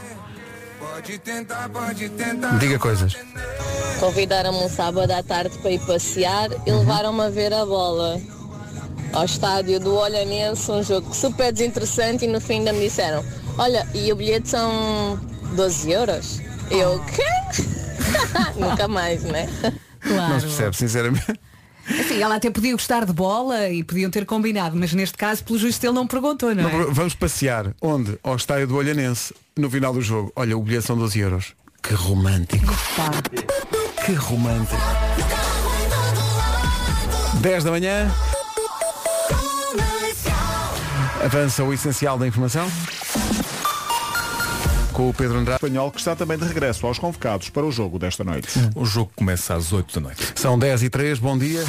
Speaker 2: Diga coisas.
Speaker 11: Convidaram-me um sábado à tarde para ir passear e levaram-me a ver a bola. Ao estádio do Olhanense, um jogo super desinteressante e no fim ainda me disseram Olha, e o bilhete são 12 euros? Eu, quê? Nunca mais, né?
Speaker 2: Não
Speaker 4: Claro.
Speaker 2: se percebe, sinceramente.
Speaker 4: Assim, ela até podia gostar de bola e podiam ter combinado, mas neste caso, pelo justo, ele não perguntou, não é?
Speaker 2: Vamos passear. Onde? Ao estádio do Olhanense, no final do jogo. Olha, o bilhete são 12 euros. Que romântico.
Speaker 4: Pá.
Speaker 2: Que romântico. 10 da manhã. Avança o essencial da informação. Com o Pedro Andrade.
Speaker 12: espanhol que está também de regresso aos convocados para o jogo desta noite.
Speaker 9: O jogo começa às 8 da noite.
Speaker 2: São 10 e 3, bom dia.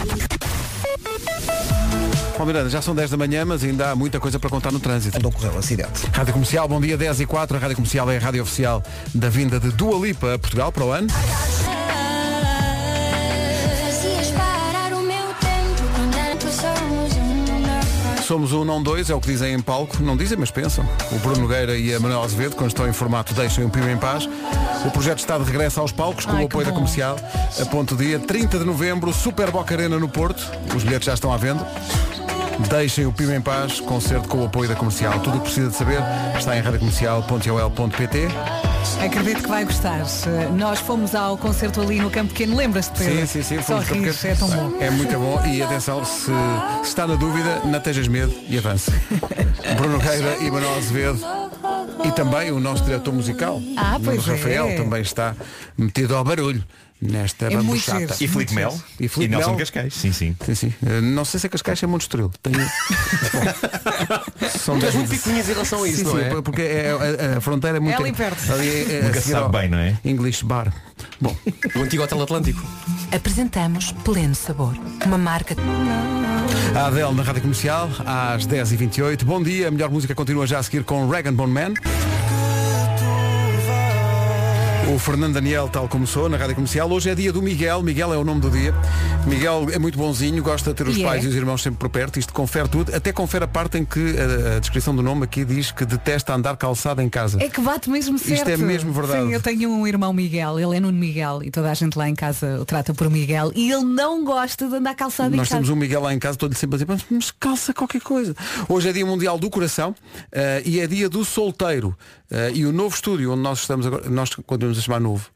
Speaker 2: Bom, Miranda, já são 10 da manhã, mas ainda há muita coisa para contar no trânsito.
Speaker 3: Onde ocorreu o acidente.
Speaker 2: Rádio Comercial, bom dia, 10 e 4. A Rádio Comercial é a rádio oficial da vinda de Dua Lipa a Portugal para o ano. Somos um não dois, é o que dizem em palco. Não dizem, mas pensam. O Bruno Nogueira e a Manuel Azevedo, quando estão em formato Deixem o Pima em Paz. O projeto está de regresso aos palcos com
Speaker 4: Ai,
Speaker 2: o
Speaker 4: que
Speaker 2: apoio da
Speaker 4: bom.
Speaker 2: Comercial. A ponto dia, 30 de novembro, Super Boca Arena no Porto. Os bilhetes já estão à venda. Deixem o Pima em paz, concerto com o apoio da comercial. Tudo o que precisa de saber está em radiocomercial.ol.pt.
Speaker 4: Acredito que vai gostar. Nós fomos ao concerto ali no Campo Pequeno, lembras-te,
Speaker 2: Sim,
Speaker 4: Pedro?
Speaker 2: sim, sim.
Speaker 4: Só
Speaker 2: fomos para
Speaker 4: rires,
Speaker 2: porque-
Speaker 4: é tão bom.
Speaker 2: É muito bom. E atenção, se, se está na dúvida, não tejas medo e avance. Bruno Reira e Manuel Azevedo. E também o nosso diretor musical,
Speaker 4: Ah,
Speaker 2: Nuno
Speaker 4: pois é.
Speaker 2: Rafael, também está metido ao barulho nesta
Speaker 4: É muito
Speaker 2: bambuchata.
Speaker 4: giro. E Filipe Mel.
Speaker 2: E Filipe
Speaker 4: E Nelson
Speaker 2: Mel.
Speaker 4: Cascais.
Speaker 2: Sim, sim. sim. Eh, Não sei se a Cascais é muito estrelo. Tenho... Bom, são
Speaker 6: Tu és
Speaker 2: dez-
Speaker 6: muito picuinhas é em relação a isso,
Speaker 2: Sim,
Speaker 6: não
Speaker 2: sim,
Speaker 6: é?
Speaker 2: Porque é- a, a fronteira é muito...
Speaker 6: É ali perto.
Speaker 2: Ali é- é
Speaker 6: Nunca
Speaker 2: a
Speaker 6: se
Speaker 2: seguir
Speaker 6: sabe
Speaker 2: ao
Speaker 6: bem, não é?
Speaker 2: English Bar. Bom,
Speaker 6: O antigo Hotel Atlântico.
Speaker 13: Apresentamos Pleno Sabor, uma marca.
Speaker 2: A Adele na Rádio Comercial, às 10h28. Bom dia, a melhor música continua já a seguir com Rag and Bone Man. O Fernando Daniel, tal como sou, na Rádio Comercial. Hoje é dia do Miguel. Miguel é o nome do dia. Miguel é muito bonzinho, gosta de ter os
Speaker 4: E é.
Speaker 2: pais e os irmãos sempre por perto. Isto confere tudo. Até confere a parte em que eh, a, a descrição do nome aqui diz que detesta andar calçado em casa.
Speaker 4: É que bate mesmo
Speaker 2: Isto
Speaker 4: certo.
Speaker 2: é mesmo verdade.
Speaker 4: Sim, eu tenho um irmão Miguel, ele é Nuno Miguel e toda a gente lá em casa o trata por Miguel e ele não gosta de andar calçado
Speaker 2: Nós
Speaker 4: em casa.
Speaker 2: temos um Miguel lá em casa, todo sempre a dizer, "Mas- mas calça qualquer coisa. Hoje é dia mundial do coração eh, e é dia do solteiro. Eh, e o novo estúdio onde nós estamos agora, nós continuamos a chamar novo.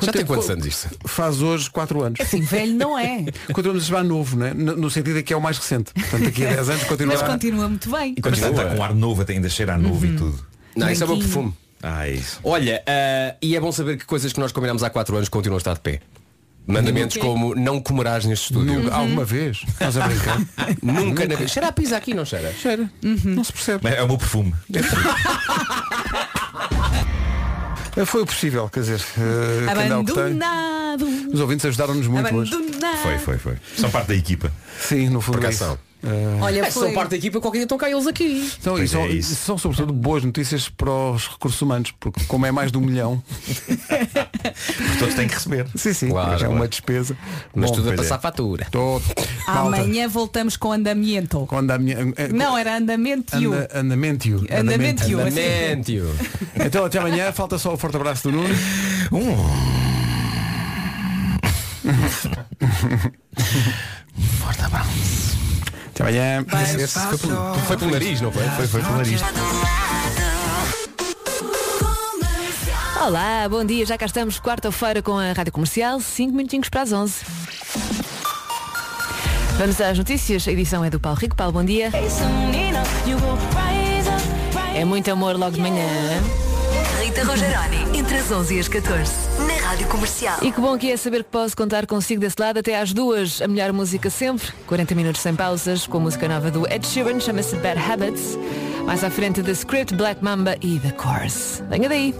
Speaker 6: Já tem quantos
Speaker 2: co-
Speaker 6: anos isto?
Speaker 2: Faz hoje 4 anos.
Speaker 4: Assim, velho não é.
Speaker 2: Continuamos a chamar novo, né? no, no sentido de que é o mais recente. Portanto, daqui a 10 anos continua.
Speaker 4: Mas continua muito bem.
Speaker 6: E continua.
Speaker 9: Está com ar novo, até ainda cheira a novo e tudo.
Speaker 6: Não, isso é o meu
Speaker 4: Branquinho.
Speaker 6: perfume.
Speaker 9: Ah, isso.
Speaker 6: Olha, ah, e é bom saber que coisas que nós combinámos há 4 anos continuam a estar de pé. Mandamentos
Speaker 2: Ok.
Speaker 6: como não comerás neste estúdio.
Speaker 2: Nunca- Alguma vez? Estás a brincar?
Speaker 6: Nunca na Uhum. vida. Cheira a pizza aqui, não cheira?
Speaker 2: Cheira. Não se percebe.
Speaker 9: Mas é o meu perfume.
Speaker 6: É.
Speaker 2: Eh, Foi o possível, quer dizer. eh, quem dá o que tem.
Speaker 4: Abandonado.
Speaker 2: Os ouvintes ajudaram-nos muito hoje.
Speaker 4: Abandonado.
Speaker 9: foi, foi. São parte da equipa.
Speaker 2: Sim, no fundo.
Speaker 6: Por
Speaker 2: é
Speaker 6: acaso
Speaker 2: isso. Eh,
Speaker 4: Olha,
Speaker 6: É, são
Speaker 4: foi-
Speaker 6: parte da equipa, qualquer dia estão cá eles aqui.
Speaker 2: Então, e
Speaker 9: Pois
Speaker 2: são,
Speaker 9: é, isso.
Speaker 2: são sobretudo boas notícias para os recursos humanos, porque como é mais de um milhão,
Speaker 9: Todos têm que receber.
Speaker 2: sim, sim,
Speaker 6: Claro,
Speaker 2: é
Speaker 6: claro.
Speaker 2: uma despesa.
Speaker 6: Mas tudo a
Speaker 9: pois
Speaker 6: passar
Speaker 9: é.
Speaker 6: fatura.
Speaker 2: Tô... Malta,
Speaker 4: Amanhã voltamos com andamento.
Speaker 2: quando a minha. eh,
Speaker 4: Não, é era andamento. um.
Speaker 2: Anda, andamento.
Speaker 4: Andamento.
Speaker 6: Andamento.
Speaker 2: Então até amanhã, falta só o forte abraço do Nuno.
Speaker 9: Forte abraço.
Speaker 2: Até amanhã.
Speaker 6: Esse- esse foi, pelo, foi pelo nariz, não foi?
Speaker 9: Foi, foi pelo nariz.
Speaker 13: Olá, bom dia, já cá estamos quarta-feira com a Rádio Comercial, 5 minutinhos para as 11. Vamos às notícias, a edição é do Paulo Rico. Paulo, bom dia. É muito amor logo de manhã.
Speaker 7: Rita Rogeroni, entre as 11 e as 14, na Rádio Comercial.
Speaker 13: E que bom que é saber que posso contar consigo desse lado até às duas. A melhor música sempre. 40 minutos sem pausas, com a música nova do Ed Sheeran, chama-se Bad Habits. Mais à frente, The Script, Black Mamba e The Chorus. Venha daí.